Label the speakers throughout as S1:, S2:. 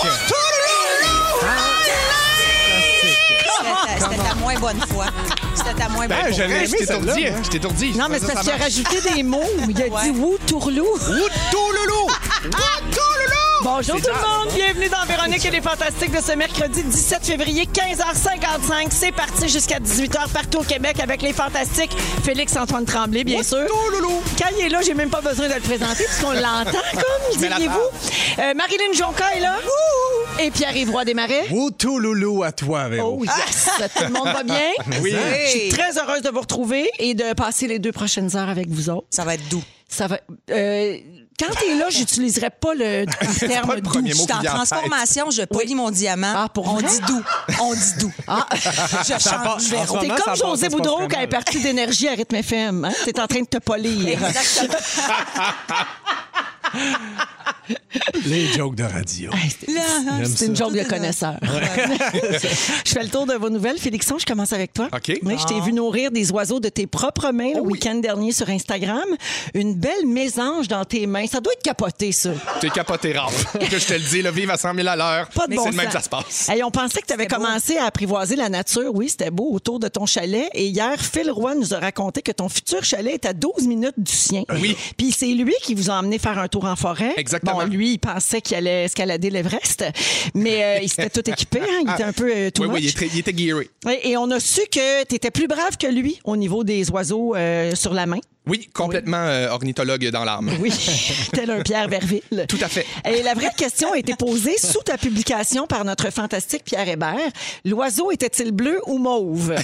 S1: Tout
S2: C'était ta moins bonne fois. C'était ta moins bonne
S3: Ben,
S2: fois.
S3: je l'ai
S1: vrai,
S3: je t'ai
S1: celle-là,
S3: tourdi,
S1: moi.
S3: hein, je t'ai tourdi.
S4: Non, mais c'est parce qu'il a rajouté des mots. Il a
S2: Ouais.
S4: dit wou, tourlou.
S1: loulou!
S4: Bonjour tout le monde, bienvenue dans Véronique et les Fantastiques de ce mercredi 17 février 15h55. C'est parti jusqu'à 18h partout au Québec avec les Fantastiques. Félix-Antoine Tremblay, bien sûr.
S1: Oh,
S4: Quand il est là, j'ai même pas besoin de le présenter puisqu'on l'entend comme,
S3: mets la
S4: diriez-vous. Euh, Marilyn Jonca est là. Et Pierre-Yves Roy Desmarais.
S3: Ou tout loulou à toi, Véro.
S4: Oh yes! Tout le monde va bien?
S3: Ben Oui.
S4: Je suis très heureuse de vous retrouver et de passer les deux prochaines heures avec vous autres.
S2: Ça va être doux.
S4: Ça va. euh, quand t'es là, j'utiliserai pas le terme
S3: pas le
S4: doux.
S3: premier
S2: Je
S3: mot
S2: suis
S3: qui
S2: en
S3: vient en tête.
S2: transformation, je polis mon diamant.
S4: Ah, pour
S2: On
S4: vrai?
S2: dit doux. On dit doux.
S4: Ah.
S2: Je change
S3: part-
S2: Véro.
S3: en ce
S4: T'es
S3: moment,
S4: comme
S3: ça passe-
S4: José
S3: ça se passe
S4: Boudreau
S3: très
S4: qui a
S3: mal.
S4: parti d'énergie à rythme FM. Hein? T'es en train de te polir.
S2: Exactement.
S3: Les jokes de radio.
S4: Hey, c'est-
S2: Là,
S4: C'est une joke de connaisseur. je fais le tour de vos nouvelles. Félixon, je commence avec toi.
S3: OK.
S4: Oui, je t'ai vu nourrir des oiseaux de tes propres mains le week-end dernier sur Instagram. Une belle mésange dans tes mains. Ça doit être capoté, ça.
S3: T'es capoté rare. que je te le dis, le vive à 100 000 à l'heure.
S4: Pas de bon
S3: C'est le même que
S4: sens.
S3: ça se passe.
S4: Hey, on pensait que tu avais commencé à apprivoiser la nature. Oui, c'était beau autour de ton chalet. Et hier, Phil Roy nous a raconté que ton futur chalet est à 12 minutes du sien.
S3: Oui.
S4: Puis c'est lui qui vous a emmené faire un tour en forêt.
S3: Exactement.
S4: Bon, lui, il pensait qu'il allait escalader l'Everest, mais euh, il s'était tout équipé. hein. Il était un peu euh, tout
S3: Oui, oui, il, est très- il était gearé.
S4: Et on a su que tu étais plus brave que lui au niveau des oiseaux euh, sur la main.
S3: Oui, complètement euh, ornithologue dans l'âme.
S4: Oui, tel un Pierre Verville.
S3: Tout à fait.
S4: Et la vraie question a été posée sous ta publication par notre fantastique Pierre Hébert. L'oiseau était-il bleu ou mauve?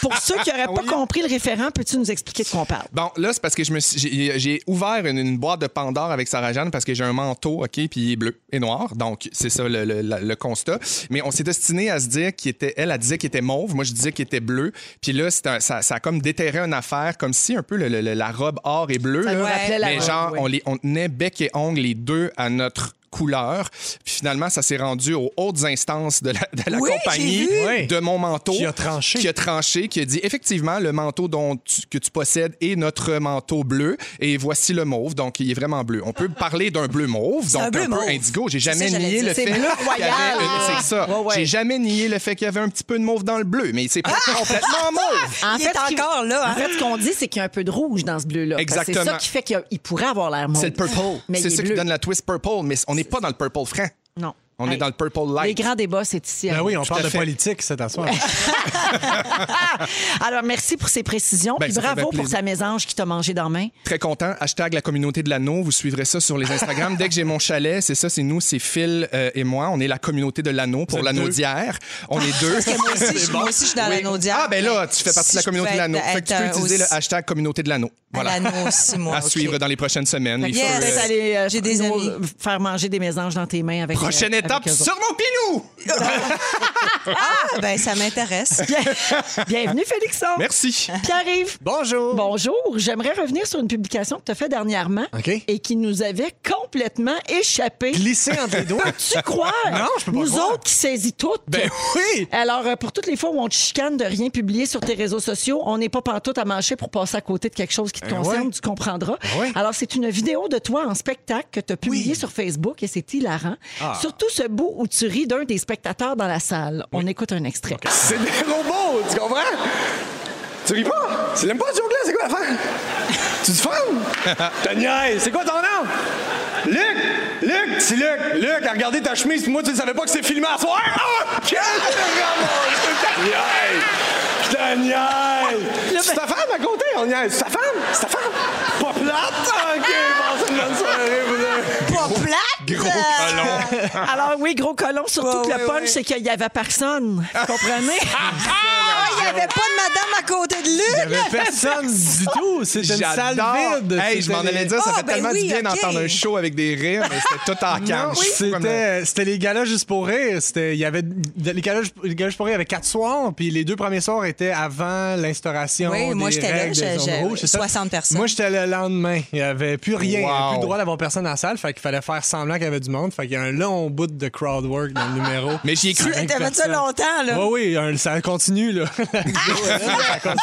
S4: Pour ceux qui n'auraient pas
S3: Oui.
S4: compris le référent, peux-tu nous expliquer de quoi on parle?
S3: Bon, là, c'est parce que je me suis- j'ai j'ai ouvert une, une boîte de Pandore avec Sarah Jeanne parce que j'ai un manteau, OK, puis il est bleu et noir. Donc, c'est ça le, le- la- le constat. Mais on s'est destiné à se dire qu'il était, elle, elle disait qu'il était mauve. Moi, je disais qu'il était bleu. Puis là, c'est un- ça, ça a comme déterré une affaire, comme si un peu le- le- le- la robe or et bleue.
S4: Ça nous
S3: là.
S4: rappelait la
S3: mais
S4: robe,
S3: genre,
S4: oui.
S3: on, les, on tenait bec et ongle les deux à notre couleur. Puis finalement, ça s'est rendu aux hautes instances de la, de la
S2: Oui,
S3: compagnie
S2: j'ai vu.
S5: Oui.
S3: de mon manteau.
S5: Qui a tranché.
S3: Qui a tranché, qui a dit effectivement, le manteau dont tu- que tu possèdes est notre manteau bleu et voici le mauve. Donc, il est vraiment bleu. On peut parler d'un bleu mauve, donc
S2: un
S3: un,
S2: bleu
S3: peu
S2: mauve.
S3: indigo. J'ai
S2: C'est ça
S3: jamais
S2: que j'allais
S3: nié
S2: dire.
S3: le
S2: C'est
S3: fait. qu'il y
S2: bleu
S3: avait
S2: royal.
S3: une- C'est ça.
S4: Ouais, ouais.
S3: J'ai jamais nié le fait qu'il y avait un petit peu de mauve dans le bleu, mais c'est pas
S2: Ah!
S3: complètement mauve.
S4: En
S2: Il est
S4: ce qui-
S2: encore là, hein?
S4: En fait, ce qu'on dit, c'est qu'il y a un peu de rouge dans ce bleu-là. Parce que C'est
S3: Exactement.
S4: ça qui fait qu'il y a- il pourrait avoir l'air mauve.
S3: C'est le purple.
S4: Mais il
S3: C'est
S4: est
S3: ça qui
S4: bleu.
S3: donne la twist purple, mais on n'est pas dans le purple franc.
S4: Non.
S3: On est
S4: Hey.
S3: dans le purple
S4: Les
S3: light.
S4: grands débats, c'est ici.
S5: Ben oui, on
S3: Tout
S5: parle
S3: à
S5: de
S3: fait.
S5: politique cette soir.
S4: Ah! Alors, merci pour ces précisions.
S3: Ben,
S4: Puis
S3: ça fait bien
S4: bravo pour
S3: plaisir.
S4: ta mésange qui t'a mangé dans la main.
S3: Très content. Hashtag la communauté de l'anneau. Vous suivrez ça sur les Instagram. Dès que j'ai mon chalet, c'est ça, c'est nous, c'est Phil euh, et moi. On est la communauté de l'anneau pour
S5: êtes
S3: l'anneau
S5: deux.
S3: d'hier. On est deux.
S2: Parce que moi aussi, je- moi aussi, je suis dans
S3: Oui.
S2: l'anneau d'hier.
S3: Ah, ben là, tu fais partie
S2: Si
S3: de la
S2: je
S3: communauté
S2: peux
S3: de l'anneau.
S2: être-
S3: Fait que tu
S2: être,
S3: peux
S2: euh,
S3: utiliser
S2: aussi-
S3: le hashtag communauté de l'anneau. Voilà.
S2: À l'anneau aussi, moi.
S3: À
S2: ok.
S3: suivre dans les prochaines semaines. Les
S4: Fait que
S2: Yes.
S3: feux,
S4: tu
S3: euh,
S4: vas aller, euh,
S2: J'ai des
S4: nous
S2: amis.
S4: faire manger des mésanges dans tes mains avec
S3: Prochaine
S4: euh, avec
S3: étape
S4: eux autres.
S3: sur mon pinou!
S2: Ah, ben ça m'intéresse.
S4: Bien- Bienvenue, Félixon.
S3: Merci.
S4: Pierre-Yves.
S5: Bonjour.
S4: Bonjour, j'aimerais revenir sur une publication que tu as faite dernièrement
S5: OK.
S4: et qui nous avait complètement échappé.
S5: Glisser entre les doigts.
S4: tu crois?
S5: Non, je peux pas
S4: Nous
S5: croire.
S4: autres qui saisis tout.
S5: Ben oui.
S4: Alors, euh, pour toutes les fois où on te chicane de rien publier sur tes réseaux sociaux, on n'est pas pantoute à mancher pour passer à côté de quelque chose qui te
S5: Ben
S4: concerne,
S5: ouais. Ben
S4: tu comprendras.
S5: ouais.
S4: Alors, c'est une vidéo de toi en spectacle que tu as publiée sur Facebook et c'est hilarant.
S5: Ah.
S4: Surtout ce bout où tu ris d'un des spectateurs dans la salle. On écoute un extrait.
S6: C'est des robots, tu comprends? Tu ris pas? Tu l'aimes pas, ce joke-là? C'est quoi l'affaire? Tu te fous? T'as niaise. C'est quoi ton nom? Luc! Luc! C'est Luc! Luc, à regarder ta chemise, puis moi, tu ne savais pas que c'est filmé à soir! Ah! Quel Je T'as niaise! C'est ta femme à côté, on niaise! C'est ta femme? C'est ta femme? Pas plate? hein? Ok, passez une bonne soirée, vous deux!
S2: Pas plate!
S3: Gros
S2: euh,
S3: colon.
S4: Alors oui, gros colon, surtout
S2: Ouais,
S4: que le
S2: ouais,
S4: punch,
S2: ouais.
S4: c'est qu'il y avait personne. Vous comprenez?
S2: Ah, il n'y avait pas de madame à côté de
S5: Il
S2: lui!
S5: n'y avait personne du tout. C'était une salle
S3: J'adore.
S5: vide.
S3: Hey, je m'en
S5: C'était
S3: allais
S5: les-
S3: dire, ça
S2: Ah,
S3: fait
S2: ben
S3: tellement
S2: oui,
S3: du bien
S2: ok.
S3: d'entendre un show avec des rires, mais c'était tout en
S5: Non,
S3: calme.
S5: c'était, c'était les galas juste pour rire. C'était, il y avait, les, galas, les galas juste pour rire avaient quatre soirs, puis les deux premiers soirs étaient avant l'instauration.
S2: Oui,
S5: des
S2: moi, j'étais là,
S5: règles des
S2: j'ai-
S5: zones
S2: j'ai
S5: rouges, c'est ça.
S2: 60 personnes.
S5: Moi, j'étais le lendemain. Il n'y avait plus rien. Il n'y avait
S3: Wow.
S5: plus le droit d'avoir personne dans la salle. Fait qu'il fallait faire semblant qu'il y avait du monde. Fait qu'il y a un long bout de crowd work dans le numéro.
S3: Mais j'y ai cru.
S5: Cinq
S2: T'avais ça
S5: personnes.
S2: longtemps, là.
S5: Ouais, oui, un- ça continue, là.
S7: Du crowd,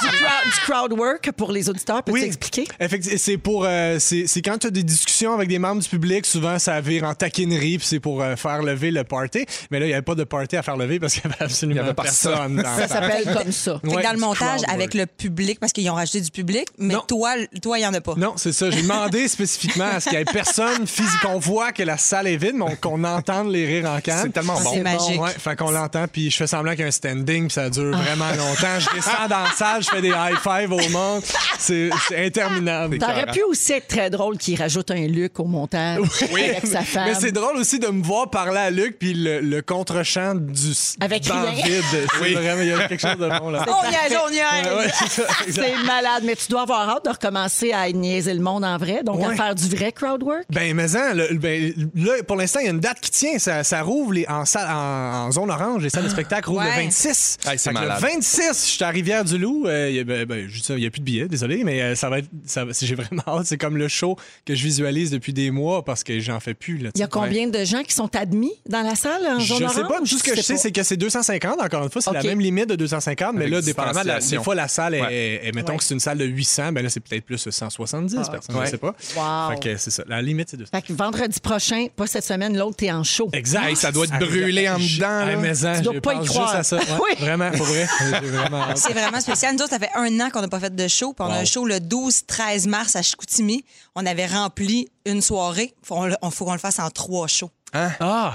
S7: du crowd work pour les auditeurs, peux-tu
S5: oui.
S7: expliquer?
S5: Effectivement, c'est pour. euh, c'est c'est quand tu as des discussions avec des membres du public, souvent ça vire en taquinerie, puis c'est pour euh, faire lever le party. Mais là, il n'y avait pas de party à faire lever parce qu'il n'y avait absolument
S3: Il y avait personne.
S5: personne. dans la
S7: Ça
S5: salle.
S7: s'appelle comme ça.
S2: Fait que
S5: Ouais,
S2: dans le
S5: du
S2: montage,
S5: crowd
S2: avec
S5: work.
S2: le public, parce qu'ils ont rajouté du public, mais
S5: Non.
S2: toi, l- toi, il n'y en a pas.
S5: Non, c'est ça. J'ai demandé spécifiquement à ce qu'il n'y ait personne physique. On voit que la salle est vide, mais on- qu'on entende les rires en canne.
S3: C'est tellement
S2: Ah, C'est
S3: bon.
S2: magique.
S5: Ouais, fait qu'on l'entend, puis je fais semblant qu'il y a un standing, puis ça dure vraiment longtemps. Je descends dans la salle, je fais des high five au monde. C'est c'est interminable.
S3: Écœurant.
S4: T'aurais pu aussi être très drôle qu'il rajoute un Luc au montage avec sa femme.
S5: Mais c'est drôle aussi de me voir parler à Luc, puis le, le contre-champ du
S4: Avec
S5: dans le
S4: rien.
S5: vide. C'est vraiment, il y a quelque chose de bon là.
S2: On y est, on y est.
S5: Ouais, ouais, c'est ça, exact.
S4: C'est malade, mais tu dois avoir hâte de recommencer à niaiser le monde en vrai, donc à
S5: Ouais.
S4: faire du vrai crowd work.
S5: Ben, mais en, le- le- ben, là, pour l'instant, il y a une date qui tient. Ça, ça rouvre les, en, salle- en, en zone orange. Les salles de spectacle rouvrent
S2: Ouais.
S5: le 26.
S3: Hey, c'est
S5: Fait que
S3: malade.
S5: Le 26, je suis à Rivière-du-Loup. Euh, il y a- ben, ben, je dis ça, il n'y a plus de billets, désolé, mais euh, ça va être. ça va- J'ai vraiment hâte. C'est comme le show que je visualise depuis des mois parce que j'en fais plus. là, tu
S4: Il y a
S5: sais.
S4: combien de gens qui sont admis dans la salle en
S5: Je
S4: zone
S5: sais pas.
S4: orange?
S5: Tout ce que
S4: Tu
S5: je sais,
S4: pas.
S5: c'est que c'est 250, encore une fois. C'est
S4: Ok.
S5: la même limite de 250, mais
S3: Avec
S5: là, dépendamment de la,
S3: distanciation.
S5: des fois, la salle est,
S3: Ouais.
S5: est- mettons que c'est une salle de 800, ben là, c'est peut-être plus 170 personnes. Je sais pas.
S4: Ah, Wow.
S5: Fait que c'est ça. La limite, c'est 200.
S4: Fait que vendredi prochain, pas cette semaine, l'autre, t'es en show.
S5: Exact.
S3: Hey, ça doit être brûlé en
S5: Je-
S3: dedans, là.
S5: Ah, Hey, mais en,
S4: Tu dois
S5: je
S4: pas y
S5: pense
S4: croire.
S5: Juste à ça. Ouais,
S4: Oui.
S5: Vraiment, pour vrai. J'ai vraiment hâte.
S2: C'est vraiment spécial. Nous autres, ça fait un an qu'on n'a pas fait de show. Puis on a un show le 12-13 mars à Chicoutimi. On avait rempli une soirée. Faut, on, le- on- faut qu'on le fasse en trois shows.
S5: Ah!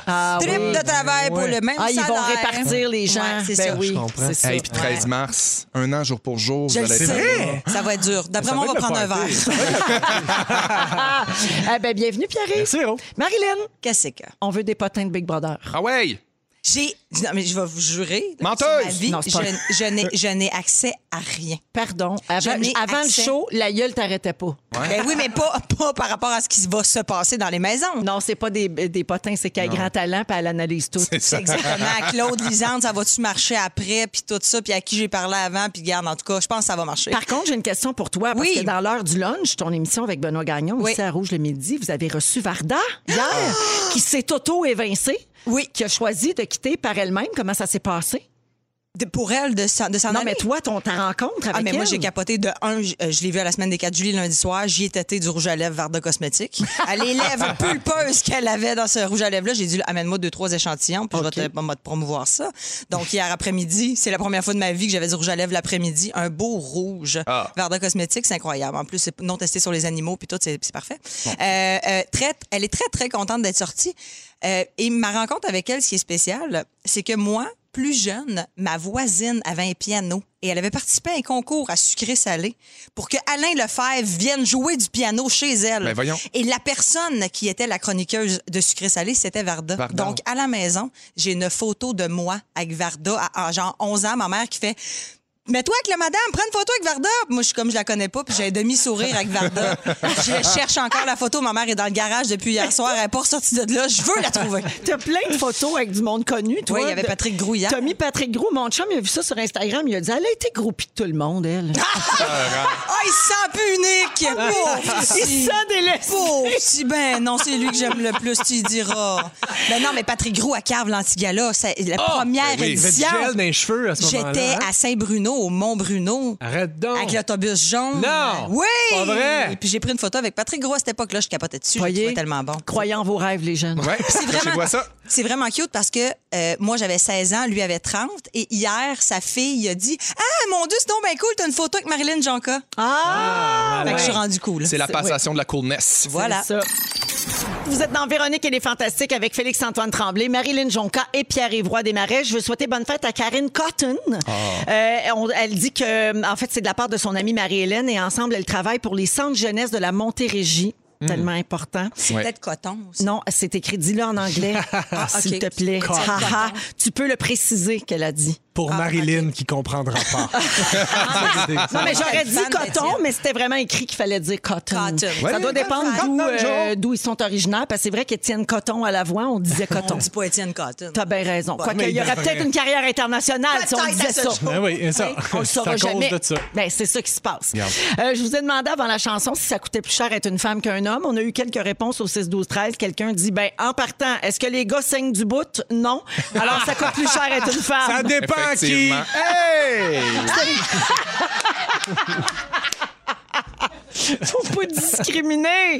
S4: Ah,
S2: Trip
S4: oui.
S2: de travail pour le même
S4: Ah, ils vont
S2: salaire.
S4: répartir les gens.
S2: Ouais, c'est
S4: Ben
S2: ça.
S4: oui,
S5: Je comprends.
S4: c'est ça.
S3: Hey, puis 13 mars, un an jour pour jour, vous
S2: Je le
S3: allez être-
S2: sais.
S5: vrai?
S2: Ça va être dur. D'après
S5: Ça
S2: moi, on
S5: va
S2: va
S5: être
S2: prendre
S5: le
S2: un
S5: party.
S2: verre.
S4: Ah, eh ben, bienvenue, Pierre.
S5: Merci, Véro.
S4: Marilyn,
S2: Qu'est-ce que c'est que?
S4: on veut des potins de Big Brother.
S3: Ah ouais!
S2: J'ai. Non, mais je vais vous jurer. là,
S3: Menteuse!
S2: sur ma vie,
S4: Non, c'est pas
S2: je- je n'ai- je n'ai accès à rien.
S4: Pardon. Avant,
S2: J'en ai
S4: avant le
S2: accès.
S4: show, la gueule t'arrêtait pas.
S2: Ben oui, mais pas, pas par rapport à ce qui va se passer dans les maisons.
S4: Non, c'est pas des, des potins, c'est qu'elle a grand talent puis elle analyse tout.
S2: C'est exactement à Claude Lisande, ça va-tu marcher après, puis tout ça, puis à qui j'ai parlé avant, puis garde, en tout cas, je pense que ça va marcher.
S4: Par contre, j'ai une question pour toi. Parce
S2: Oui.
S4: que dans l'heure du lunch, ton émission avec Benoît Gagnon,
S2: Oui. Ah!
S4: ici à Rouge le Midi, vous avez reçu Varda hier, qui s'est auto-évincée.
S2: Oui.
S4: Qui a choisi de quitter par elle-même. Comment ça s'est passé?
S2: De- pour elle, de, s'en- de s'en
S4: non,
S2: aller.
S4: mais toi, ton, ta rencontre avec
S2: Ah, mais moi,
S4: elle?
S2: j'ai capoté de un. Je, euh, je l'ai vu à la semaine des 4 juillet lundi soir. J'y ai têté du rouge à lèvres Varda Cosmétique. À les lèvres pulpeuses qu'elle avait dans ce rouge à lèvres-là, j'ai dit amène-moi deux, trois échantillons, puis je vais te, moi, te promouvoir ça. Donc, hier après-midi, c'est la première fois de ma vie que j'avais du rouge à lèvres l'après-midi. Un beau rouge.
S3: Ah.
S2: Varda Cosmétique, c'est incroyable. En plus, c'est non testé sur les animaux, puis tout, c'est c'est parfait. Euh, euh, très, elle est très, très contente d'être sortie. Euh, et ma rencontre avec elle, ce qui est spécial, c'est que moi, plus jeune, ma voisine avait un piano et elle avait participé à un concours à sucré salé pour que Alain Lefebvre vienne jouer du piano chez elle.
S3: Ben voyons.
S2: Et la personne qui était la chroniqueuse de sucré salé, c'était Varda.
S3: Varda.
S2: Donc à la maison, j'ai une photo de moi avec Varda à, à genre 11 ans, ma mère qui fait mais toi avec la madame, prends une photo avec Varda. Puis Moi, je suis comme je la connais pas, puis j'ai un demi-sourire avec Varda. je cherche encore la photo. Ma mère est dans le garage depuis hier soir. Elle n'est pas ressortie de là. Je veux la trouver.
S4: T'as plein de photos avec du monde connu, toi.
S2: Oui, il y avait
S4: de-
S2: Patrick Grouillard.
S4: T'as mis Patrick Gros. Mon chum, il a vu ça sur Instagram. Il a dit, elle a été groupie de tout le monde, elle.
S2: Ah, il se sent plus unique! Pauvre
S4: Il
S2: petit.
S4: se sent délaissé.
S2: Pauvre petit. ben non, c'est lui que j'aime le plus, tu y diras. Ah, Ben non, mais Patrick Gros à Carve, l'Antigala, c'est la première
S3: ben oui.
S5: Il y avait du
S2: édition.
S5: gel dans les cheveux à ce moment-là.
S2: J'étais
S5: hein?
S2: à Saint-Bruno, au Mont-Bruno.
S5: Arrête donc.
S2: Avec l'autobus jaune.
S5: Non!
S2: Oui!
S5: Pas vrai!
S2: Puis j'ai pris une photo avec Patrick Gros à cette époque-là, je capotais dessus, je le
S4: Voyez,
S2: trouvais tellement bon.
S4: Croyez en vos rêves, les jeunes.
S3: Ouais,
S2: C'est
S3: je
S2: vraiment,
S3: vois ça.
S2: c'est vraiment cute parce que euh, moi, j'avais 16 ans, lui avait 30. Et hier, sa fille a dit Ah, mon Dieu, c'est donc bien cool, t'as une photo avec Marilyn Jonca.
S4: Ah!
S2: Fait que je suis
S4: Ouais.
S2: rendue cool.
S3: C'est la passation de la coolness.
S2: Voilà.
S4: C'est ça. Vous êtes dans Véronique et les Fantastiques avec Félix-Antoine Tremblay, Marilyn Jonca et Pierre-Yves Roy Desmarais. Je veux souhaiter bonne fête à Karine Cotton. Euh, on- elle dit que, euh, en fait, c'est de la part de son amie Marie-Hélène et ensemble, elles travaillent pour les centres jeunesse de la Montérégie. Tellement important.
S3: Ouais.
S2: Peut-être coton aussi.
S4: Non, c'est écrit, dis-le en anglais, Ah, s'il
S2: ok.
S4: te plaît.
S2: Cotton.
S4: Ha, ha. tu peux le préciser qu'elle a dit.
S5: pour
S2: Ah,
S5: Marilyn qui comprendra pas.
S4: Ah. Non, mais j'aurais
S2: Quel
S4: dit
S2: fan de
S4: coton,
S2: tir.
S4: mais c'était vraiment écrit qu'il fallait dire cotton.
S2: Cotton.
S4: Ça
S3: Ouais.
S4: doit dépendre d'où,
S3: Cotton Joe.
S4: euh, d'où ils sont originaires, parce que c'est vrai qu'Étienne Coton à la voix, on disait coton.
S2: On dit pas Étienne Cotton.
S4: T'as ben, bien raison. Quoique,
S5: Mais
S4: il y aurait
S5: devrait.
S4: peut-être une carrière internationale si on
S2: Peut-être
S4: disait
S2: à ce
S4: ça.
S2: jour.
S5: Ben oui, et ça,
S4: On le
S5: c'est à
S4: saura
S5: cause
S4: jamais.
S5: de ça.
S4: Ben, c'est ça qui se passe.
S3: Regarde.
S4: Euh, je vous ai demandé avant la chanson si ça coûtait plus cher être une femme qu'un homme. On a eu quelques réponses au 6 12 13. Quelqu'un dit ben en partant, est-ce que les gars saignent du bout Non. Alors ça coûte plus cher être une femme.
S5: Ça dépend à qui.
S3: Effectivement. Hey!
S4: faut pas discriminer.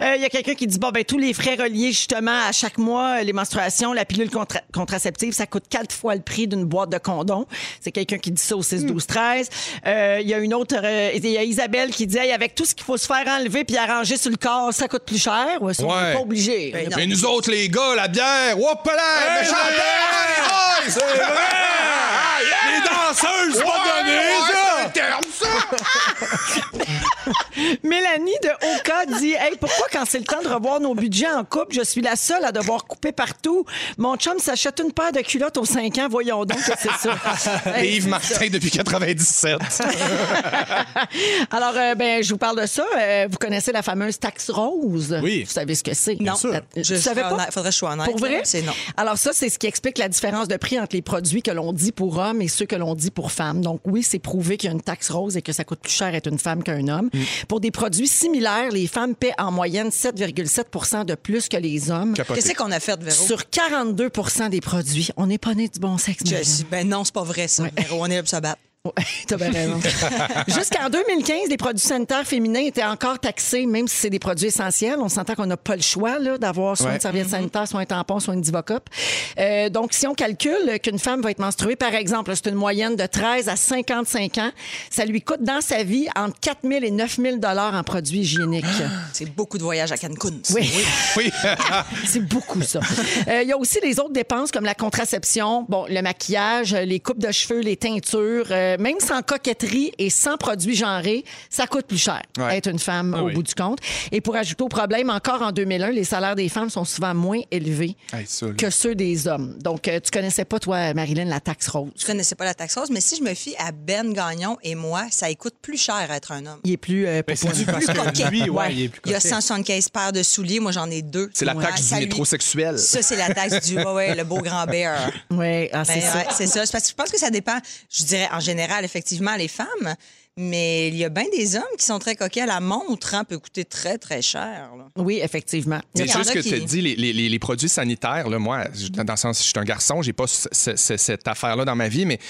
S4: Euh, Il y a quelqu'un qui dit bon ben tous les frais reliés justement à chaque mois euh, les menstruations, la pilule contra- contraceptive, ça coûte quatre fois le prix d'une boîte de condoms. C'est quelqu'un qui dit ça au 6 12 13. Euh, Il y a une autre euh, il y a Isabelle qui dit Hey, avec tout ce qu'il faut se faire enlever puis arranger sur le corps, ça coûte plus cher. Ouais, ça, on
S3: Ouais.
S4: n'est pas obligé.
S2: Ben,
S3: Mais nous autres, les gars, la bière, hop là, méchante bière, les boys, c'est vrai! Ah, yeah!
S5: Les danseuses, c'est pas
S3: Ouais,
S5: donné,
S3: ouais, c'est un
S5: ça!
S3: terme, ça!
S4: Mélanie de Oka dit Hey, pourquoi quand c'est le temps de revoir nos budgets en couple, je suis la seule à devoir couper partout? Mon chum s'achète une paire de culottes aux 5 ans, voyons donc que c'est ça.
S3: Et
S4: Hey,
S3: Yves Martin depuis 97.
S4: Alors, euh, ben, je vous parle de ça. Euh, vous connaissez la fameuse taxe rose.
S5: Oui.
S4: Vous savez ce que c'est.
S2: Non.
S5: sûr.
S4: Je,
S2: Je-
S4: savais
S2: je
S4: pas.
S2: serais honnête- faudrait que je sois honnête,
S4: Pour vrai?
S2: là, c'est non.
S4: Alors ça, c'est ce qui explique la différence de prix entre les produits que l'on dit pour hommes et ceux que l'on dit pour femmes. Donc oui, c'est prouvé qu'il y a une taxe rose et que ça coûte plus cher être une femme qu'un homme.
S5: Mm.
S4: Pour des produits similaires, les femmes paient en moyenne 7,7 de plus que les hommes
S2: Qu'est-ce qu'on a fait, Véro?
S4: sur 42 des produits. On n'est pas né du bon sexe.
S2: Je
S4: Marie.
S2: suis- ben non, c'est pas vrai, ça, Véro. On est là pour se battre.
S4: Ouais, t'as bien raison. Jusqu'en 2015, les produits sanitaires féminins étaient encore taxés, même si c'est des produits essentiels. On s'entend qu'on n'a pas le choix là, d'avoir soit
S3: Ouais.
S4: une serviette sanitaire, soit un tampon, soit une divocop. Euh, donc, si on calcule qu'une femme va être menstruée, par exemple, là, c'est une moyenne de 13 à 55 ans, ça lui coûte dans sa vie entre 4 000 et 9 000 dollars en produits hygiéniques.
S2: C'est beaucoup de voyages à Cancun. ça.
S4: Oui.
S3: Oui.
S4: C'est beaucoup, ça. Euh, Il y a aussi les autres dépenses comme la contraception, bon, le maquillage, euh, les coupes de cheveux, les teintures. euh, même sans coquetterie et sans produits genrés, ça coûte plus cher
S3: Ouais.
S4: être une femme
S5: Ah
S4: au
S5: oui.
S4: bout du compte. Et pour ajouter au problème, encore en 2001, les salaires des femmes sont souvent moins élevés
S3: Hey, ça, là.
S4: que ceux des hommes. Donc, euh, tu connaissais pas, toi, Marilyn, la taxe
S2: Je
S4: rose.
S2: connaissais pas la taxe rose, mais si je me fie à Ben Gagnon et moi, ça y coûte plus cher à être un homme.
S4: Il est plus... euh,
S5: Ben, c'est dû parce
S2: coquet.
S5: que lui, ouais, il est plus
S2: Il y a
S5: coquet.
S2: 175 paires de souliers. Moi, j'en ai deux.
S3: C'est la
S2: Ouais,
S3: taxe
S2: ça,
S3: du
S2: lui-
S3: métrosexuel.
S2: Ça, c'est la taxe du ouais, ouais, le beau grand bear.
S4: ouais, ah, c'est
S2: Ben,
S4: ça.
S2: ouais, c'est ça. C'est parce que je pense que ça dépend, je dirais, en général, effectivement, les femmes. Mais il y a bien des hommes qui sont très coquets. La montre hein, peut coûter très, très cher. là.
S4: Oui, effectivement.
S3: C'est
S2: Il y en
S3: juste
S2: a
S3: que
S2: qui-
S3: tu dis, les, les- les- les produits sanitaires, là, moi, je- dans le sens, je suis un garçon, j'ai pas ce- ce- ce- cette affaire-là dans ma vie, mais